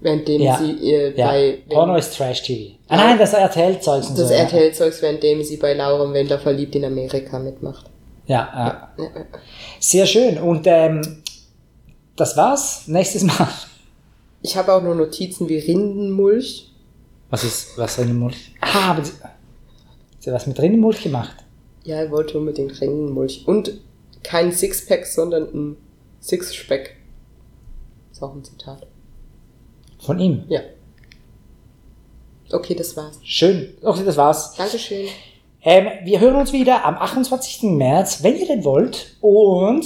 [SPEAKER 2] Währenddem
[SPEAKER 3] Ja.
[SPEAKER 2] sie äh,
[SPEAKER 3] ja,
[SPEAKER 2] bei...
[SPEAKER 3] Porno ist Trash-TV. Ah nein, das RTL-Zeugs und
[SPEAKER 2] das
[SPEAKER 3] so. ja.
[SPEAKER 2] RTL-Zeugs, währenddem sie bei Laura Wendler verliebt in Amerika mitmacht.
[SPEAKER 3] Ja, ja. Sehr schön. Und ähm, das war's. Nächstes Mal.
[SPEAKER 2] Ich habe auch nur Notizen wie Rindenmulch.
[SPEAKER 3] Was ist was Rindenmulch? Ah, aber sie, sie hat was mit Rindenmulch gemacht.
[SPEAKER 2] Ja, er wollte unbedingt Rindenmulch. Und kein Sixpack, sondern ein Sixspeck. Ist auch ein Zitat.
[SPEAKER 3] Von ihm.
[SPEAKER 2] Ja. Okay, das war's.
[SPEAKER 3] Schön. Okay, das war's.
[SPEAKER 2] Dankeschön.
[SPEAKER 3] Ähm, wir hören uns wieder am 28. März, wenn ihr denn wollt. Und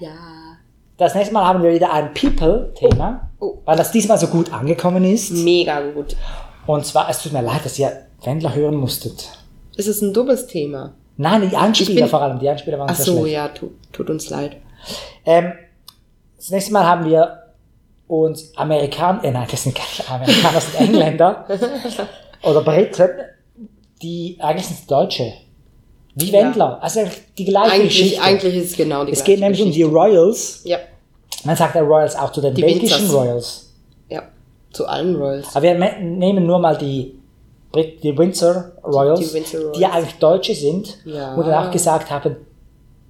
[SPEAKER 2] Ja.
[SPEAKER 3] das nächste Mal haben wir wieder ein People-Thema,
[SPEAKER 2] Oh. Oh.
[SPEAKER 3] weil das diesmal so gut angekommen ist.
[SPEAKER 2] Mega gut.
[SPEAKER 3] Und zwar, es tut mir leid, dass ihr Wendler hören musstet.
[SPEAKER 2] Es ist ein dummes Thema.
[SPEAKER 3] Nein, die Einspieler
[SPEAKER 2] bin-
[SPEAKER 3] vor allem. Die Einspieler waren
[SPEAKER 2] Ach
[SPEAKER 3] sehr
[SPEAKER 2] so,
[SPEAKER 3] schlecht.
[SPEAKER 2] ja, tu, tut uns leid.
[SPEAKER 3] Ähm, das nächste Mal haben wir uns Amerikaner, äh, nein, das sind keine Amerikaner, das sind Engländer oder Briten, die eigentlich sind es Deutsche. Wie Wendler, also die gleiche
[SPEAKER 2] Eigentlich,
[SPEAKER 3] Geschichte.
[SPEAKER 2] eigentlich ist es genau die
[SPEAKER 3] es
[SPEAKER 2] gleiche
[SPEAKER 3] geht nämlich um die
[SPEAKER 2] Geschichte.
[SPEAKER 3] Royals.
[SPEAKER 2] Ja,
[SPEAKER 3] Man sagt ja Royals auch zu den
[SPEAKER 2] Die
[SPEAKER 3] belgischen
[SPEAKER 2] Windsors.
[SPEAKER 3] Royals.
[SPEAKER 2] ja. Zu allen Royals.
[SPEAKER 3] Aber wir me- nehmen nur mal die, Brit die Windsor Royals,
[SPEAKER 2] Die Windsor Royals.
[SPEAKER 3] die ja eigentlich Deutsche sind,
[SPEAKER 2] Ja.
[SPEAKER 3] wo dann auch gesagt haben,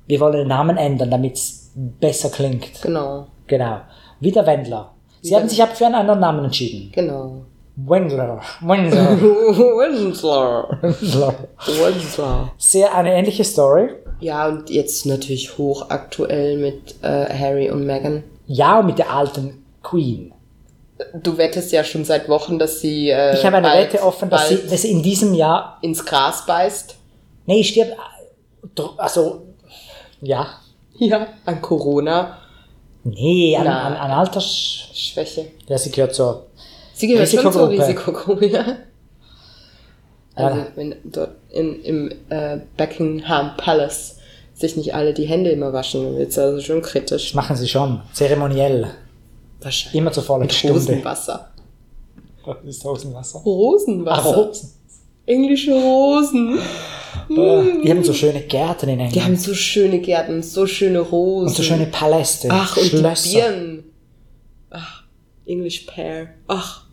[SPEAKER 3] wir wollen den Namen ändern, damit es besser klingt.
[SPEAKER 2] Genau,
[SPEAKER 3] Genau. Wie der Wendler. Sie
[SPEAKER 2] Wie
[SPEAKER 3] haben
[SPEAKER 2] der-
[SPEAKER 3] sich aber für einen anderen Namen entschieden.
[SPEAKER 2] genau.
[SPEAKER 3] Wendler. Wendler.
[SPEAKER 2] Winslow.
[SPEAKER 3] Wendler.
[SPEAKER 2] Winslow.
[SPEAKER 3] Sehr eine ähnliche Story.
[SPEAKER 2] Ja, und jetzt natürlich hochaktuell mit äh, Harry und Meghan.
[SPEAKER 3] Ja, und mit der alten Queen.
[SPEAKER 2] Du wettest ja schon seit Wochen, dass sie äh,
[SPEAKER 3] Ich habe eine
[SPEAKER 2] bald-
[SPEAKER 3] Wette offen, dass sie,
[SPEAKER 2] bald
[SPEAKER 3] dass sie in diesem Jahr.
[SPEAKER 2] ins Gras beißt.
[SPEAKER 3] Nee, ich stirb. Also. Ja.
[SPEAKER 2] Ja. An Corona-Schwäche.
[SPEAKER 3] Nee, an,
[SPEAKER 2] Nein.
[SPEAKER 3] an, an Alters. Ja, sie gehört so.
[SPEAKER 2] Sie gehört schon zur
[SPEAKER 3] Risikogruppe.
[SPEAKER 2] Risikogruppe, ja. Also
[SPEAKER 3] Ja.
[SPEAKER 2] wenn dort in, im äh, Buckingham Palace sich nicht alle die Hände immer waschen, wird es also schon kritisch.
[SPEAKER 3] Machen sie schon. Zeremoniell.
[SPEAKER 2] Wahrscheinlich.
[SPEAKER 3] Immer zur vollen Stunde.
[SPEAKER 2] Rosenwasser.
[SPEAKER 3] Das ist Rosenwasser. Ach,
[SPEAKER 2] Rosenwasser.
[SPEAKER 3] Ah, Rosen.
[SPEAKER 2] Englische Rosen.
[SPEAKER 3] Die haben so schöne Gärten in England.
[SPEAKER 2] Die haben so schöne Gärten, so schöne Rosen.
[SPEAKER 3] und so schöne Paläste.
[SPEAKER 2] Ach, und
[SPEAKER 3] Schlösser.
[SPEAKER 2] die Birnen. Ach, English Pear. Ach,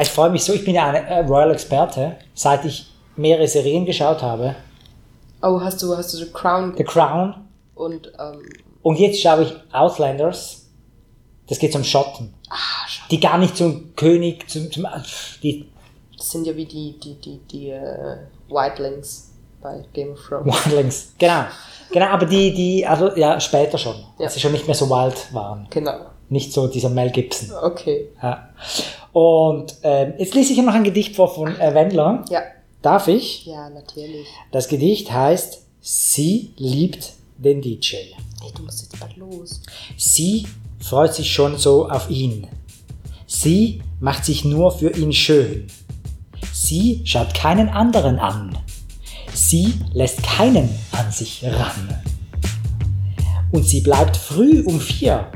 [SPEAKER 3] Ich freue mich so, ich bin ja ein äh, Royal Experte, seit ich mehrere Serien geschaut habe.
[SPEAKER 2] oh, hast du, hast du The Crown
[SPEAKER 3] The Crown
[SPEAKER 2] und, ähm,
[SPEAKER 3] und jetzt schaue ich Outlanders. Das geht zum Schotten.
[SPEAKER 2] Ah,
[SPEAKER 3] Die gar nicht zum König, zum, zum die
[SPEAKER 2] das sind ja wie die, die, die, die, äh, Whitelings bei Game of Thrones.
[SPEAKER 3] Wildlings. Genau. Genau, aber die, die, also ja, später schon.
[SPEAKER 2] Ja.
[SPEAKER 3] Als sie schon nicht mehr so wild waren.
[SPEAKER 2] Genau.
[SPEAKER 3] Nicht so dieser Mel Gibson.
[SPEAKER 2] Okay.
[SPEAKER 3] Ja. Und ähm, jetzt lese ich noch ein Gedicht vor von äh, Wendler.
[SPEAKER 2] Ja.
[SPEAKER 3] Darf ich?
[SPEAKER 2] Ja, natürlich.
[SPEAKER 3] Das Gedicht heißt Sie liebt den DJ.
[SPEAKER 2] Hey, du musst jetzt bald los.
[SPEAKER 3] Sie freut sich schon so auf ihn. Sie macht sich nur für ihn schön. Sie schaut keinen anderen an. Sie lässt keinen an sich ran. Und sie bleibt früh um vier.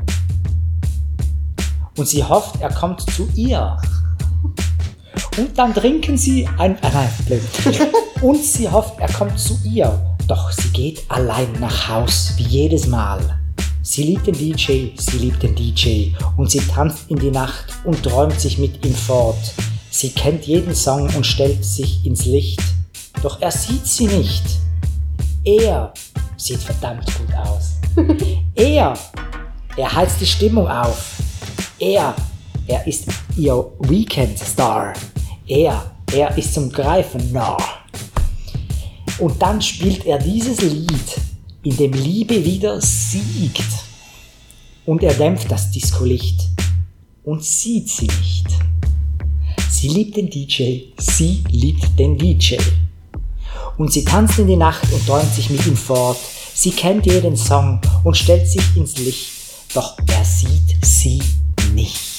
[SPEAKER 3] Und sie hofft, er kommt zu ihr. Und dann trinken sie ein. Ah, nein, blöd. Und sie hofft, er kommt zu ihr. Doch sie geht allein nach Haus, wie jedes Mal. Sie liebt den DJ, sie liebt den DJ. Und sie tanzt in die Nacht und träumt sich mit ihm fort. Sie kennt jeden Song und stellt sich ins Licht. Doch er sieht sie nicht. Er sieht verdammt gut aus. Er, er heizt die Stimmung auf. Er, er ist ihr Weekend-Star. Er, er ist zum Greifen nah. Und dann spielt er dieses Lied, in dem Liebe wieder siegt. Und er dämpft das Discolicht und sieht sie nicht. Sie liebt den DJ, sie liebt den DJ. Und sie tanzt in die Nacht und träumt sich mit ihm fort. Sie kennt jeden Song und stellt sich ins Licht. Doch er sieht sie nicht.